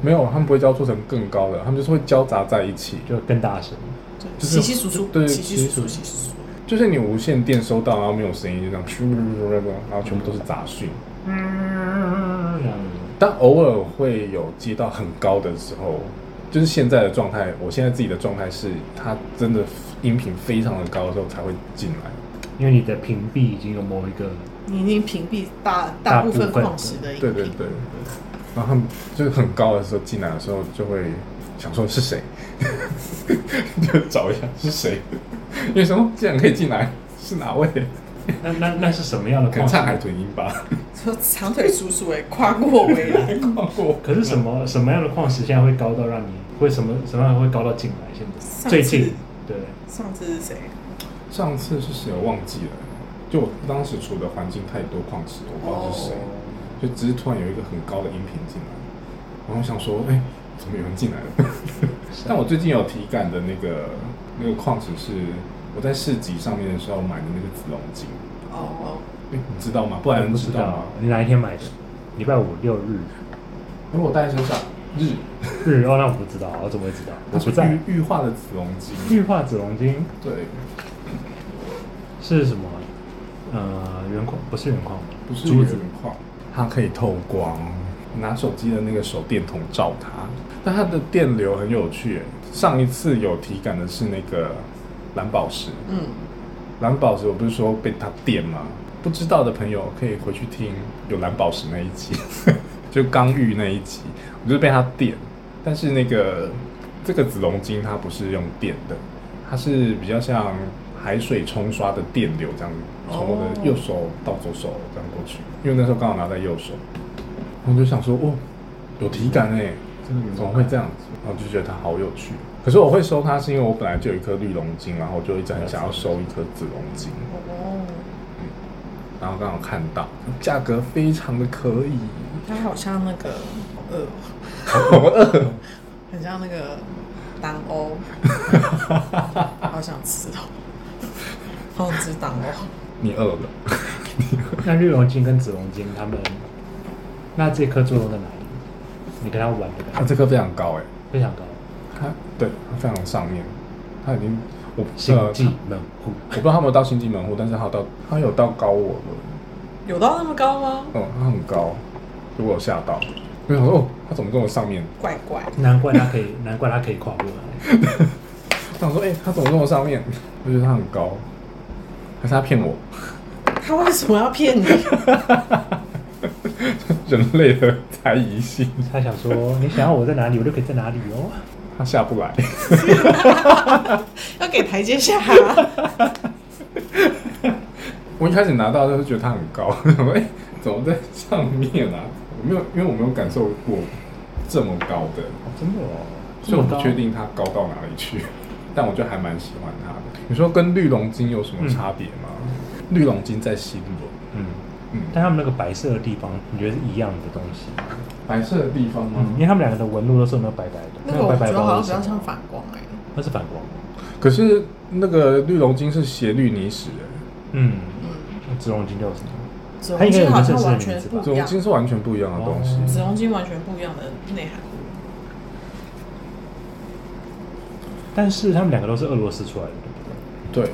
[SPEAKER 1] 没有，他们不会交错成更高的，他们就是会交杂在一起。
[SPEAKER 3] 就更大声。
[SPEAKER 1] 就
[SPEAKER 2] 稀
[SPEAKER 1] 是
[SPEAKER 2] 稀疏疏，
[SPEAKER 1] 对
[SPEAKER 2] 稀稀疏
[SPEAKER 1] 稀
[SPEAKER 2] 疏，稀稀疏疏。
[SPEAKER 1] 就是你无线电收到，然后没有声音，就这样咻，然后全部都是杂讯。
[SPEAKER 3] 嗯，这样子
[SPEAKER 1] 但偶尔会有接到很高的时候，就是现在的状态，我现在自己的状态是，它真的音频非常的高的时候才会进来。
[SPEAKER 3] 因为你的屏蔽已经有某一个，
[SPEAKER 2] 你已经屏蔽大
[SPEAKER 3] 大
[SPEAKER 2] 大
[SPEAKER 3] 部
[SPEAKER 2] 部
[SPEAKER 3] 分
[SPEAKER 2] 分矿石的影
[SPEAKER 1] 对对
[SPEAKER 2] 片。
[SPEAKER 1] 对，然后他们就是很高的时候进来的时候，就会想说是谁， 哦就找一下是谁，因为什么竟然可以进来，是哪位？
[SPEAKER 3] 那那那是什么样的
[SPEAKER 1] 可能
[SPEAKER 3] 矿
[SPEAKER 1] 唱海
[SPEAKER 3] 石？
[SPEAKER 1] 豚音吧，
[SPEAKER 2] 说长腿叔叔哎、跨过围栏，
[SPEAKER 1] 跨过。
[SPEAKER 3] 可是什
[SPEAKER 1] 嗯
[SPEAKER 3] 么什么样的矿石现在会高到让你会什么什么样会高到进来？现
[SPEAKER 2] 上次
[SPEAKER 3] 在最近对，
[SPEAKER 2] 上次是谁？
[SPEAKER 1] 上次是谁我忘记了，就我当时处的环境太多矿石，我不知道是谁，就只是突然有一个很高的音频进来，然后想说，哎、怎么有人进来 了？但我最近有体感的那个那个矿石是我在市集上面的时候买的那个紫龙晶，
[SPEAKER 2] 哦，
[SPEAKER 1] 哎、你知道吗？不然
[SPEAKER 3] 不
[SPEAKER 1] 你知
[SPEAKER 3] 知
[SPEAKER 1] 道吗
[SPEAKER 3] 道？你哪一天买的？礼拜五六日
[SPEAKER 1] 因为我带在身上，日，
[SPEAKER 3] 日哦，那我不知道，我怎么会知道？我
[SPEAKER 1] 它
[SPEAKER 3] 不
[SPEAKER 1] 是
[SPEAKER 3] 在。
[SPEAKER 1] 玉玉化的紫龙晶，
[SPEAKER 3] 玉化紫龙晶
[SPEAKER 1] 对，
[SPEAKER 3] 是什么？呃，原矿不是原矿吧，
[SPEAKER 1] 不是
[SPEAKER 3] 珠子
[SPEAKER 1] 原矿，它可以透光。拿手机的那个手电筒照它，但它的电流很有趣耶。上一次有体感的是那个蓝宝石，
[SPEAKER 2] 嗯，
[SPEAKER 1] 蓝宝石我不是说被它电吗？不知道的朋友可以回去听有蓝宝石那一集， 就刚玉那一集，我就是被它电。但是那个这个紫龙晶它不是用电的，它是比较像海水冲刷的电流这样从我的右手到左手这样过去，因为那时候刚好拿在右手，我就想说哦，有体感哎、真的
[SPEAKER 3] 哦
[SPEAKER 1] 怎么会这样子？然后就觉得它好有趣。可是我会收它，是因为我本来就有一颗绿龙晶，然后我就一直很想要收一颗紫龙晶，
[SPEAKER 2] 哦，
[SPEAKER 1] 然后刚好看到价格非常的可以，
[SPEAKER 2] 他好像那个呃，很像那个党 欧，好想吃哦，好想吃党欧。
[SPEAKER 1] 你饿了？
[SPEAKER 3] 那绿龙晶跟紫龙晶他们，那这颗作用在哪里？你跟他玩的
[SPEAKER 1] 它
[SPEAKER 3] 感觉
[SPEAKER 1] 这颗非常高哎、
[SPEAKER 3] 非常高，
[SPEAKER 1] 它对它非常上面，它已经我
[SPEAKER 3] 星
[SPEAKER 1] 呃
[SPEAKER 3] 际门户。
[SPEAKER 1] 我不知道他有没有到星际门户，但是他有到他有到高我了，
[SPEAKER 2] 有到那么高吗？
[SPEAKER 1] 嗯，他很高，就我有吓到，我想说哦，他怎么这么上面？
[SPEAKER 2] 怪怪，
[SPEAKER 3] 难怪他可以，难怪他可以跨过来。
[SPEAKER 1] 我想说哎、他怎么这么上面？我觉得他很高，还是他骗我？
[SPEAKER 2] 他为什么要骗 你？
[SPEAKER 1] 人类的猜疑心，
[SPEAKER 3] 他想说，你想要我在哪里，我就可以在哪里哦。
[SPEAKER 1] 他下不来。
[SPEAKER 2] 要给台阶下、 啊
[SPEAKER 1] 我一开始拿到就是觉得他很高， 我想说哎、怎么在上面啊？我没有，因为我没有感受过这么高的，
[SPEAKER 3] 哦真的哦，
[SPEAKER 1] 所以我
[SPEAKER 3] 这么
[SPEAKER 1] 不
[SPEAKER 3] 高
[SPEAKER 1] 确。定它高到哪里去， 但我就还蛮喜欢它的。你说跟绿龙晶有什么差别吗？绿龙晶在新轮，
[SPEAKER 3] 嗯，
[SPEAKER 1] 嗯，
[SPEAKER 3] 但他们那个白色的地方，你觉得是一样的东西？
[SPEAKER 1] 白色的地方
[SPEAKER 3] 嗯，因为他们两个的纹路都是有那个白白的，
[SPEAKER 2] 那个
[SPEAKER 3] 白
[SPEAKER 2] 我
[SPEAKER 3] 白
[SPEAKER 2] 觉
[SPEAKER 3] 的
[SPEAKER 2] 得好像
[SPEAKER 3] 包
[SPEAKER 2] 比
[SPEAKER 3] 是什
[SPEAKER 2] 较
[SPEAKER 3] 么
[SPEAKER 2] 像反光哎、
[SPEAKER 3] 那是反光。
[SPEAKER 1] 可是那个绿龙晶是斜绿泥石欸，
[SPEAKER 3] 嗯，
[SPEAKER 2] 嗯，
[SPEAKER 3] 那紫龙金叫什么？
[SPEAKER 2] 紫
[SPEAKER 3] 它
[SPEAKER 2] 龙
[SPEAKER 3] 应该有
[SPEAKER 2] 晶
[SPEAKER 3] 一个
[SPEAKER 2] 好像
[SPEAKER 3] 正式的
[SPEAKER 2] 完
[SPEAKER 3] 名
[SPEAKER 2] 全
[SPEAKER 3] 字吧
[SPEAKER 2] 不
[SPEAKER 1] 紫
[SPEAKER 2] 一
[SPEAKER 1] 龙
[SPEAKER 2] 样，
[SPEAKER 1] 晶是完全不一样的东西。
[SPEAKER 3] 哦
[SPEAKER 2] 紫龙晶完全不一样的内涵。
[SPEAKER 3] 但是他们两个都是俄罗斯出来的，对不对？
[SPEAKER 1] 对，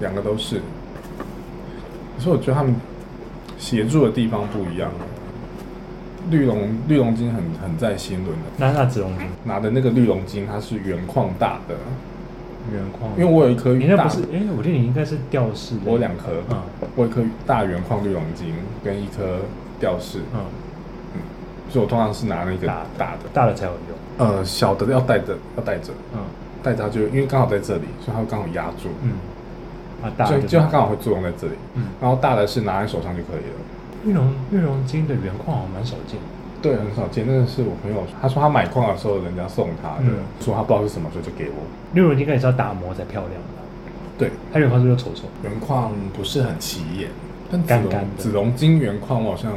[SPEAKER 1] 两个都是。可是我觉得他们协助的地方不一样。绿龙绿龙晶很很在新轮的，
[SPEAKER 3] 那那紫龙金
[SPEAKER 1] 拿的那个绿龙晶它是原矿大的，
[SPEAKER 3] 原矿，
[SPEAKER 1] 因为我有一颗
[SPEAKER 3] 你那
[SPEAKER 1] 大
[SPEAKER 3] 不是？哎、我觉得你应该是吊饰类的。
[SPEAKER 1] 我两颗
[SPEAKER 3] 嗯
[SPEAKER 1] 我有一颗大原矿绿龙晶跟一颗吊饰，
[SPEAKER 3] 嗯，
[SPEAKER 1] 所以我通常是拿那个
[SPEAKER 3] 大
[SPEAKER 1] 大的，
[SPEAKER 3] 大的才有用。
[SPEAKER 1] 呃，小的要带着要带着，
[SPEAKER 3] 嗯
[SPEAKER 1] 带着它就因为刚好在这里，所以它会刚好压住，
[SPEAKER 3] 嗯，啊，大
[SPEAKER 1] 所
[SPEAKER 3] 的
[SPEAKER 1] 以就它刚好会作用在这里，
[SPEAKER 3] 嗯
[SPEAKER 1] 然后大的是拿在手上就可以了。
[SPEAKER 3] 玉龙玉龙金的原矿好像蛮少见的。
[SPEAKER 1] 对，很少见。那个是我朋友，他说他买矿的时候人家送他的，
[SPEAKER 3] 嗯
[SPEAKER 1] 说他不知道是什么，所以就给我。
[SPEAKER 3] 玉龙金应该也是要打磨才漂亮的，
[SPEAKER 1] 对，
[SPEAKER 3] 它原矿是不是就丑丑？
[SPEAKER 1] 原矿不是很起眼，但紫
[SPEAKER 3] 干
[SPEAKER 1] 龙
[SPEAKER 3] 干的
[SPEAKER 1] 紫龙晶原矿我好像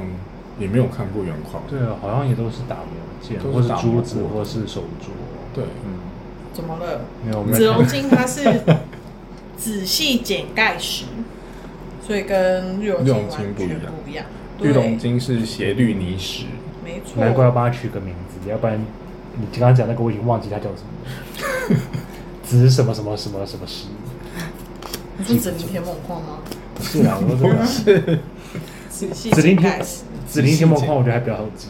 [SPEAKER 1] 也没有看过原矿。
[SPEAKER 3] 对啊，好像也都是打磨件，
[SPEAKER 1] 都
[SPEAKER 3] 或
[SPEAKER 1] 是
[SPEAKER 3] 是
[SPEAKER 1] 打磨
[SPEAKER 3] 珠子，
[SPEAKER 1] 过的
[SPEAKER 3] 或是手镯。
[SPEAKER 1] 对
[SPEAKER 3] 嗯，
[SPEAKER 2] 怎么了？
[SPEAKER 3] 没有，我
[SPEAKER 2] 紫龙
[SPEAKER 3] 们
[SPEAKER 2] 晶它是仔细剪盖石，所以跟绿龙
[SPEAKER 1] 绿
[SPEAKER 2] 晶
[SPEAKER 1] 龙晶
[SPEAKER 2] 完
[SPEAKER 1] 不一
[SPEAKER 2] 全
[SPEAKER 1] 样
[SPEAKER 2] 不一样。
[SPEAKER 1] 绿龙
[SPEAKER 2] 对，
[SPEAKER 1] 晶是斜绿泥石，
[SPEAKER 2] 没错。
[SPEAKER 3] 难怪要帮它取个名字，要不然你刚刚讲那个我已经忘记它叫什么了， 紫什么什么什么什么石。
[SPEAKER 2] 你是紫菱田猛矿吗？
[SPEAKER 3] 不是啊，我
[SPEAKER 1] 不
[SPEAKER 3] 说 这个
[SPEAKER 1] 是？
[SPEAKER 2] 仔细
[SPEAKER 3] 紫菱
[SPEAKER 2] 剪
[SPEAKER 3] 田
[SPEAKER 2] 盖石，
[SPEAKER 3] 紫菱天魔矿，我觉得还比较好 记。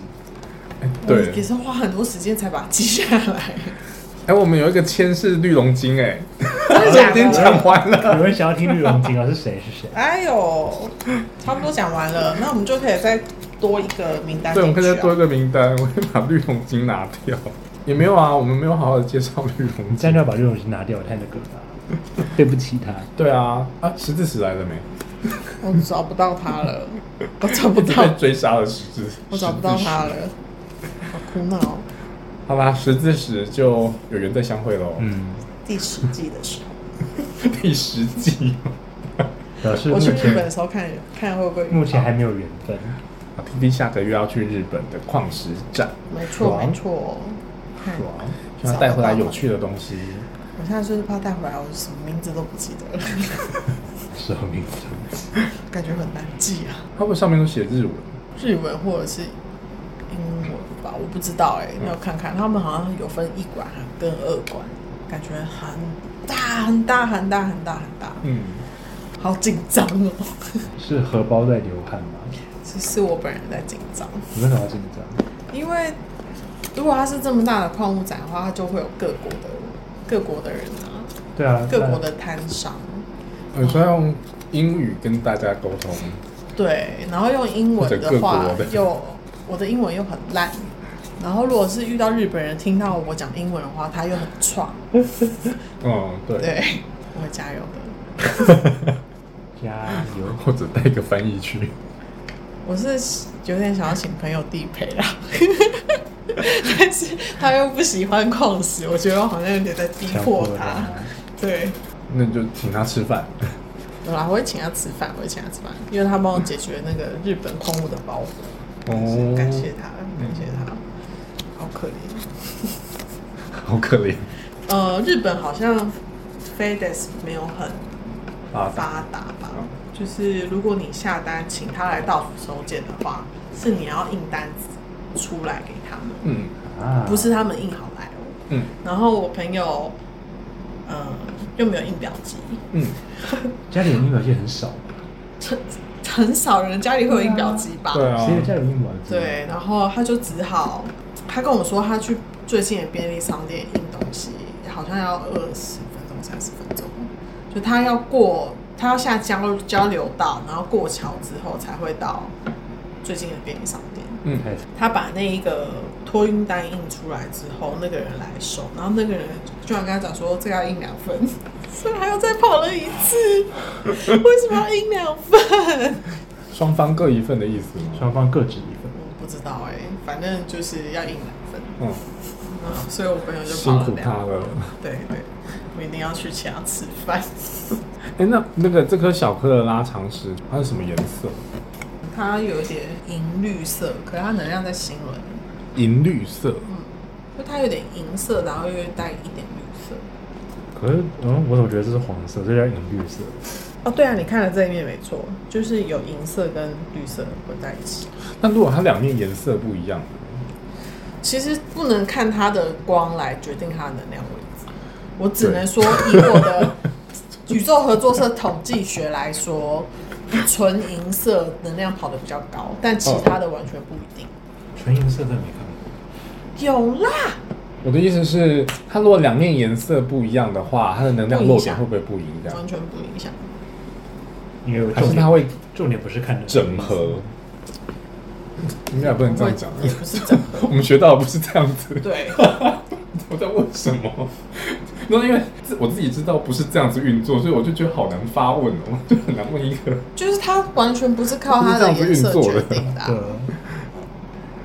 [SPEAKER 1] 对
[SPEAKER 2] 我，也是花很多时间才把它记下 来。
[SPEAKER 1] 哎、我们有一个签是绿龙晶、哎，
[SPEAKER 2] 真的
[SPEAKER 1] 这
[SPEAKER 2] 假
[SPEAKER 1] 已经
[SPEAKER 2] 的？
[SPEAKER 1] 讲完了。
[SPEAKER 3] 有人想要听绿龙金啊？是谁？是谁？
[SPEAKER 2] 哎呦，差不多讲完了，那我们就可以再多一个名单
[SPEAKER 1] 对，
[SPEAKER 2] 进
[SPEAKER 1] 我们
[SPEAKER 2] 去、啊。
[SPEAKER 1] 可以再多一个名单，我会把绿龙晶拿掉。也没有啊，我们没有好好的介绍绿龙
[SPEAKER 3] 你
[SPEAKER 1] 晶。
[SPEAKER 3] 现 在要把绿龙金拿掉，太那个了吧，对不起他。
[SPEAKER 1] 对啊，啊，十字石来了没？
[SPEAKER 2] 我找不到他 了，我找不
[SPEAKER 1] 一直
[SPEAKER 2] 到
[SPEAKER 1] 被，追杀的十字，
[SPEAKER 2] 我找不到他
[SPEAKER 1] 十字石。
[SPEAKER 2] 了，好苦恼哦。
[SPEAKER 1] 好吧，十字石就有缘再相会喽。
[SPEAKER 3] 嗯，
[SPEAKER 2] 第十季的时候，
[SPEAKER 1] 第十 季，
[SPEAKER 3] 表示
[SPEAKER 2] 我
[SPEAKER 3] 目
[SPEAKER 2] 去日本
[SPEAKER 3] 前
[SPEAKER 2] 的时候看看会不会遇到
[SPEAKER 3] 目前还没有缘分。
[SPEAKER 1] 啊，P P 下个月要去日本的矿石展，
[SPEAKER 2] 没错
[SPEAKER 3] 爽
[SPEAKER 2] 没错。看
[SPEAKER 1] 爽，希望带回来有趣的东西。
[SPEAKER 2] 我现在就是怕带回来，我什么名字都不记得了，
[SPEAKER 3] 什么名字？
[SPEAKER 2] 感觉很难记啊。
[SPEAKER 1] 它会不会上面都写日文？
[SPEAKER 2] 日文或者是英文吧，我不知道哎、
[SPEAKER 1] 嗯
[SPEAKER 2] 要看看。他们好像有分一馆跟二馆，感觉很大很大很大很大很大，
[SPEAKER 1] 嗯，
[SPEAKER 2] 好紧张哦。
[SPEAKER 3] 是荷包在流汗吗？
[SPEAKER 2] 其实我本人在紧张，
[SPEAKER 3] 你为什么要紧张？
[SPEAKER 2] 因为如果它是这么大的矿物展的话，它就会有各国的各国的人啊，
[SPEAKER 1] 嗯
[SPEAKER 3] 对啊，
[SPEAKER 2] 各国
[SPEAKER 3] 那
[SPEAKER 2] 的摊商。
[SPEAKER 1] 你说呃要用英语跟大家沟通，
[SPEAKER 2] 对，然后用英文的话
[SPEAKER 1] 或者各国的，
[SPEAKER 2] 又我的英文又很烂，然后如果是遇到日本人听到我讲英文的话，他又很创，
[SPEAKER 1] 嗯，对，
[SPEAKER 2] 对， 我会加油的。
[SPEAKER 3] 加 油！
[SPEAKER 1] 或者带一个翻译去。
[SPEAKER 2] 我是有点想要请朋友地陪啦， 但是他又不喜欢矿石，我觉得我好像有点在逼
[SPEAKER 3] 强
[SPEAKER 2] 迫
[SPEAKER 3] 迫
[SPEAKER 2] 他
[SPEAKER 3] 他。
[SPEAKER 2] 对，
[SPEAKER 1] 那你就请他吃饭。
[SPEAKER 2] 有啦，我会请他吃饭，我会请他吃饭，因为他帮我解决那个日本矿物的包袱，
[SPEAKER 1] 哦，
[SPEAKER 2] 感谢，他，感谢他，好可怜。
[SPEAKER 1] 好可怜
[SPEAKER 2] 呃，日本好像 FedEx 没有很
[SPEAKER 1] 啊！
[SPEAKER 2] 发达吧？就是如果你下单请他来到府收件的话，是你要印单子出来给他们，
[SPEAKER 1] 嗯
[SPEAKER 3] 啊，
[SPEAKER 2] 不是他们印好来哦。
[SPEAKER 1] 嗯
[SPEAKER 2] 然后我朋友，呃，又没有印表机，
[SPEAKER 1] 嗯，
[SPEAKER 3] 家里的音表机很少吧，
[SPEAKER 2] 哦很很少人家里会有印表机吧？
[SPEAKER 1] 对啊
[SPEAKER 3] 谁的家里有音表机？
[SPEAKER 2] 对，然后他就只好，他跟我说他去最近的便利商店印东西，好像要二十分钟、三十分钟，就他要过，他要下交交流道，然后过桥之后才会到最近的便利商店。
[SPEAKER 1] 嗯，
[SPEAKER 3] 开始
[SPEAKER 2] 他把那一个托运单印出来之后，那个人来收，然后那个人居然跟他讲说这个要印两份， 所以他又再跑了一次， 为什么要印两份？
[SPEAKER 1] 双方各一份的意思吗？
[SPEAKER 3] 双方各执一份。
[SPEAKER 2] 我不知道哎、反正就是要印两份。
[SPEAKER 1] 嗯，
[SPEAKER 2] 嗯，所以我朋友就
[SPEAKER 1] 辛
[SPEAKER 2] 跑了
[SPEAKER 1] 苦他
[SPEAKER 2] 两个。
[SPEAKER 1] 了。
[SPEAKER 2] 对对，我一定要去请他吃饭。
[SPEAKER 1] 哎、那那个这颗小颗的拉长石，它是什么颜色？
[SPEAKER 2] 它有点银绿色，可是它能量在心轮，
[SPEAKER 1] 银绿色。
[SPEAKER 2] 就它有点银色，然后又带一点绿色。
[SPEAKER 3] 可是，嗯，我怎么觉得这是黄色，这叫银绿色？
[SPEAKER 2] 哦，对啊，你看了这一面没错，就是有银色跟绿色混在一起。
[SPEAKER 1] 那如果它两面颜色不一样，
[SPEAKER 2] 其实不能看它的光来决定它的能量位置，我只能说以我的宇宙合作社统计学来说，纯银色能量跑得比较高，但其他的完全不一定。
[SPEAKER 3] 纯银色的没看
[SPEAKER 2] 有啦，
[SPEAKER 1] 我的意思是，它如果两面颜色不一样的话，它的能量
[SPEAKER 2] 不
[SPEAKER 1] 落
[SPEAKER 2] 影响
[SPEAKER 1] 点会不会不一样？
[SPEAKER 2] 完全不影响。
[SPEAKER 3] 过，因为
[SPEAKER 1] 还
[SPEAKER 3] 重
[SPEAKER 1] 是
[SPEAKER 3] 点
[SPEAKER 1] 它会
[SPEAKER 3] 重点不是看
[SPEAKER 1] 整合？应该也不能这样讲。啊
[SPEAKER 2] 也不是这样。
[SPEAKER 1] 我们学到的不是这样子。
[SPEAKER 2] 对，
[SPEAKER 1] 我在问什么？ 那因为自我自己知道不是这样子运作，所以我就觉得好难发问哦，就很难问一个。
[SPEAKER 2] 就是它完全不是靠它的颜色决定的啊、
[SPEAKER 3] 对。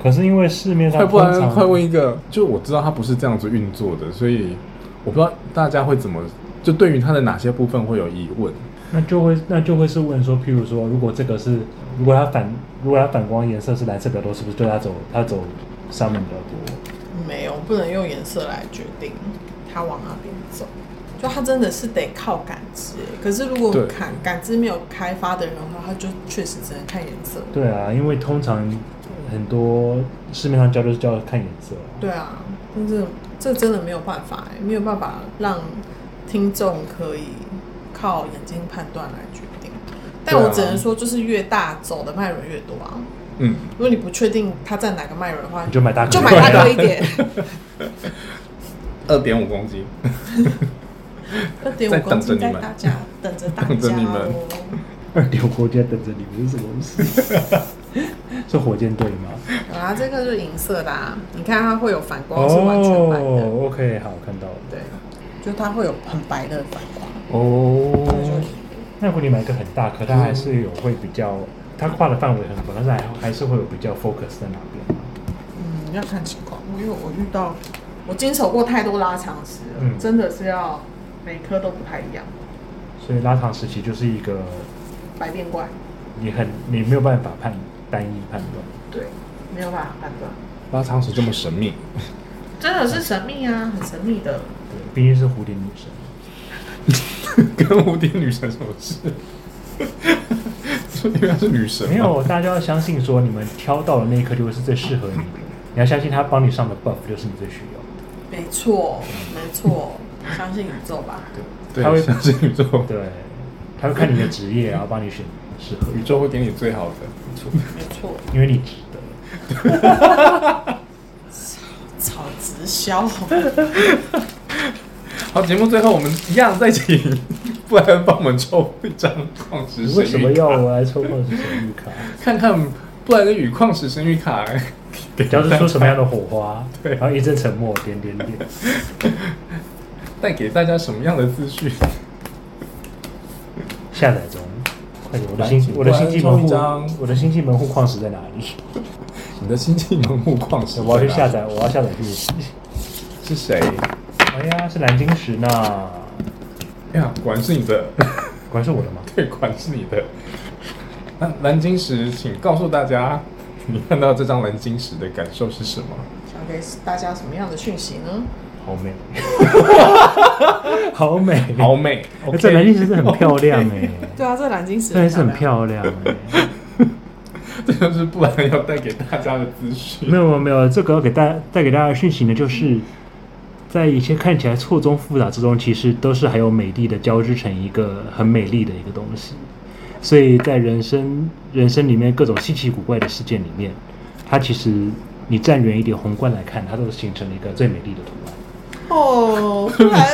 [SPEAKER 3] 可是因为市面
[SPEAKER 1] 快
[SPEAKER 3] 上
[SPEAKER 1] 不
[SPEAKER 3] 通
[SPEAKER 1] 然
[SPEAKER 3] 常
[SPEAKER 1] 快问一个，哦就我知道它不是这样子运作的，所以我不知道大家会怎么，就对于它的哪些部分会有疑问。
[SPEAKER 3] 那就会那就会是问说，譬如说，如果这个是如果它反如果它反光颜色是蓝色比较多，是不是对它走它走上面比较多？
[SPEAKER 2] 没有不能用颜色来决定它往哪边走，就它真的是得靠感知耶。可是如果
[SPEAKER 1] 对
[SPEAKER 2] 感感知没有开发的人的话，他就确实只能看颜色。
[SPEAKER 3] 对啊，因为通常很多市面上教都是教看颜色啊、
[SPEAKER 2] 对啊，但是这真的没有办法耶，没有办法让听众可以靠眼睛判断来决定。但
[SPEAKER 1] 对啊
[SPEAKER 2] 我只能说，就是越大走的脉轮越多啊。
[SPEAKER 1] 嗯，
[SPEAKER 2] 如果你不确定它在哪个脉轮的话，
[SPEAKER 3] 你就买大颗
[SPEAKER 2] 就买大颗一 点，
[SPEAKER 1] 二点五公斤，
[SPEAKER 2] 二点
[SPEAKER 1] 在
[SPEAKER 2] 五公
[SPEAKER 1] 等着
[SPEAKER 2] 斤
[SPEAKER 1] 你
[SPEAKER 2] 在
[SPEAKER 1] 们
[SPEAKER 2] 大家等着大家
[SPEAKER 1] 等着你们
[SPEAKER 2] 哦。
[SPEAKER 3] 二流国家等着你们是什么东西？ 是火箭队吗？
[SPEAKER 2] 好啦，这个就是银色的啊，你看它会有反光是完全白的，
[SPEAKER 1] 哦
[SPEAKER 3] o k 哦好，看到了。
[SPEAKER 2] 对，就它会有很白的反光，
[SPEAKER 1] 哦
[SPEAKER 2] 那就是
[SPEAKER 3] 那如果你买一个很大颗，它还是有会比较，它画的范围很广，但是还还是会有比较 focus 在哪边嘛。
[SPEAKER 2] 嗯，要看情况，因为我遇到我经手过太多拉长石了，
[SPEAKER 3] 嗯
[SPEAKER 2] 真的是要每颗都不太一样，
[SPEAKER 3] 所以拉长时期就是一个
[SPEAKER 2] 百变怪，
[SPEAKER 3] 你很你没有办法判单一判断，
[SPEAKER 2] 对，没有办法判断，
[SPEAKER 1] 拉长石这么神秘，
[SPEAKER 2] 真的是神秘啊，很神秘的。
[SPEAKER 3] 对，毕竟是蝴蝶女神。
[SPEAKER 1] 跟蝴蝶女神什么事？ 因为她是女神吗
[SPEAKER 3] 没有，大家要相信说你们挑到的那一刻就会是最适合 你的，你要相信他帮你上的 buff 就是你最需要的。
[SPEAKER 2] 没错，没错，相信宇宙吧。
[SPEAKER 1] 对，
[SPEAKER 3] 她会
[SPEAKER 1] 相信宇宙，
[SPEAKER 3] 对，他会看你的职业，然后帮你选适 合
[SPEAKER 1] 宇
[SPEAKER 3] 你，
[SPEAKER 1] 宙会给你最好的。
[SPEAKER 2] 没错，
[SPEAKER 3] 因为你值得。
[SPEAKER 2] 炒直销，
[SPEAKER 1] 好，节目最后我们 一样再请， 不然帮我们抽一张矿石
[SPEAKER 3] 你
[SPEAKER 1] 神
[SPEAKER 3] 为
[SPEAKER 1] 谕
[SPEAKER 3] 什么要
[SPEAKER 1] 卡
[SPEAKER 3] 我来抽矿石神谕卡？
[SPEAKER 1] 看看，不然的与矿石神谕卡给
[SPEAKER 3] 只要是说什么样的火花，
[SPEAKER 1] 对
[SPEAKER 3] 然后一阵沉默，点点点。
[SPEAKER 1] 带给大家什么样的资讯？
[SPEAKER 3] 下载中，快点！我的
[SPEAKER 1] 来
[SPEAKER 3] 星
[SPEAKER 1] 请
[SPEAKER 3] 我的星际门
[SPEAKER 1] 观众
[SPEAKER 3] 户
[SPEAKER 1] 一张，
[SPEAKER 3] 我的星际门户矿石在哪 里？
[SPEAKER 1] 你的星际门户矿石，
[SPEAKER 3] 我要去下载，我要下载这个。
[SPEAKER 1] 是谁？
[SPEAKER 3] 哎呀，是蓝晶石呢，
[SPEAKER 1] 哎呀，果然是你的，
[SPEAKER 3] 果然是我的吗？
[SPEAKER 1] 对，果然是你的。那蓝晶石，请告诉大家， 你看到这张蓝晶石的感受是什么？
[SPEAKER 2] 想给大家什么样的讯息呢？
[SPEAKER 3] 好美， 好美，
[SPEAKER 1] 好美
[SPEAKER 3] 哎！这
[SPEAKER 1] 这
[SPEAKER 3] 蓝晶石是很漂亮 哎、
[SPEAKER 2] 对啊，这蓝晶石
[SPEAKER 3] 真的是很漂亮、哎。
[SPEAKER 1] 这就是不然要带给大家的资讯。
[SPEAKER 3] 没有没有没有，这个要给大带给大家的讯息呢，就是在一些看起来错综复杂之中，其实都是还有美丽的交织成一个很美丽的一个东西。所以在人生人生里面各种稀奇古怪的事件里面，它其实你站远一点，宏观来看，它都形成了一个最美丽的图案。
[SPEAKER 2] 哦，不然，嗯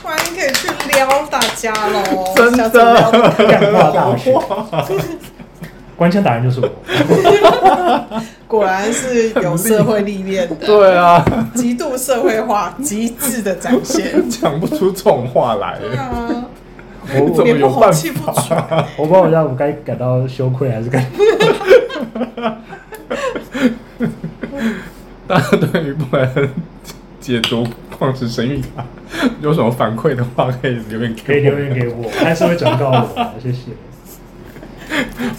[SPEAKER 2] 不然你可以去撩大家喽，
[SPEAKER 1] 真
[SPEAKER 2] 下次撩
[SPEAKER 1] 的，
[SPEAKER 3] 干话大学，官腔打人就是我。
[SPEAKER 2] 果然是有社会历练的，
[SPEAKER 1] 对啊，
[SPEAKER 2] 极度社会化，极致的展现。
[SPEAKER 1] 讲不出这种话来，
[SPEAKER 2] 对啊，
[SPEAKER 1] 我怎么
[SPEAKER 2] 脸不
[SPEAKER 1] 有
[SPEAKER 2] 红
[SPEAKER 1] 办
[SPEAKER 2] 气不
[SPEAKER 1] 法？
[SPEAKER 2] 喘，
[SPEAKER 3] 我不知道我让我该感到羞愧还是该
[SPEAKER 1] 大家对于不然解读矿石神谕卡有什么反馈的话，可以留言给我。
[SPEAKER 3] 可以留言给我，还是会转告我的，谢谢。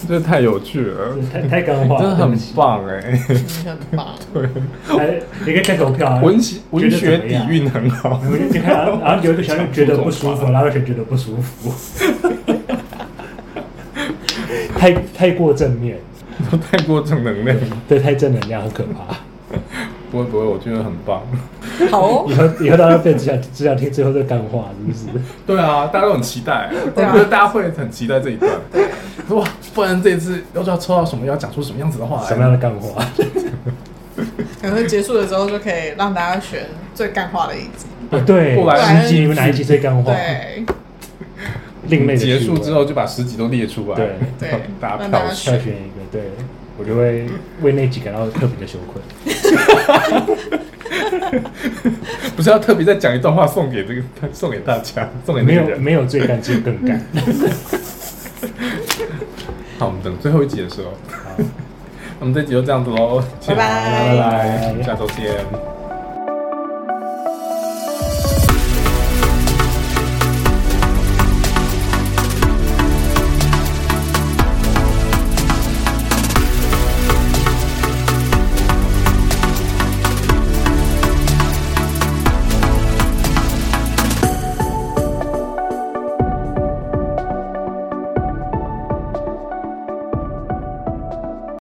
[SPEAKER 1] 这太有趣了，
[SPEAKER 3] 太太干话了，
[SPEAKER 1] 真的
[SPEAKER 3] 对
[SPEAKER 1] 很
[SPEAKER 3] 不起
[SPEAKER 1] 棒 哎、
[SPEAKER 2] 你很棒。
[SPEAKER 3] 还你可以开投票啊，
[SPEAKER 1] 文学
[SPEAKER 3] 觉
[SPEAKER 1] 文
[SPEAKER 3] 得怎么
[SPEAKER 1] 学
[SPEAKER 3] 样
[SPEAKER 1] 底蕴很好。
[SPEAKER 3] 我就看，然后有一个小人觉得不舒服，然后谁觉得不舒服， 太太过正面，
[SPEAKER 1] 都 太过正能量，
[SPEAKER 3] 对，太正能量很可怕。
[SPEAKER 1] 不会不会，我觉得很棒。
[SPEAKER 2] 好哦
[SPEAKER 3] 以，后以后大家变只想只想听最后这干话，是不是？
[SPEAKER 1] 对啊，大家都很期待，我
[SPEAKER 2] 对啊
[SPEAKER 1] 觉得大家会很期待这一段。哇，不然这次要要抽到什么，要讲出什么样子的话来？
[SPEAKER 3] 什么样的干 话？
[SPEAKER 2] 可能结束的时候就可以让大家选最干话的一集。
[SPEAKER 3] 啊对，
[SPEAKER 1] 过
[SPEAKER 2] 来
[SPEAKER 3] 十集你们哪一集最干话？
[SPEAKER 2] 对
[SPEAKER 3] 另类的
[SPEAKER 1] 结
[SPEAKER 3] 趣
[SPEAKER 1] 束
[SPEAKER 3] 味
[SPEAKER 1] 之后就把十集都列出来，
[SPEAKER 3] 对
[SPEAKER 2] 对
[SPEAKER 1] 让 大家
[SPEAKER 2] 让大
[SPEAKER 1] 票
[SPEAKER 2] 家
[SPEAKER 1] 选。
[SPEAKER 3] 挑选一个，对我就会为那集感到特别的羞愧。
[SPEAKER 1] 不是要特别再讲一段话送给这个送给大家，送给
[SPEAKER 3] 没
[SPEAKER 1] 那个
[SPEAKER 3] 有
[SPEAKER 1] 人。
[SPEAKER 3] 没有最干，只有更 干。
[SPEAKER 1] 好，我们等最后一集的时候，
[SPEAKER 3] 好
[SPEAKER 1] 我们这集就这样子喽，
[SPEAKER 2] 拜拜
[SPEAKER 1] 拜拜，下周见。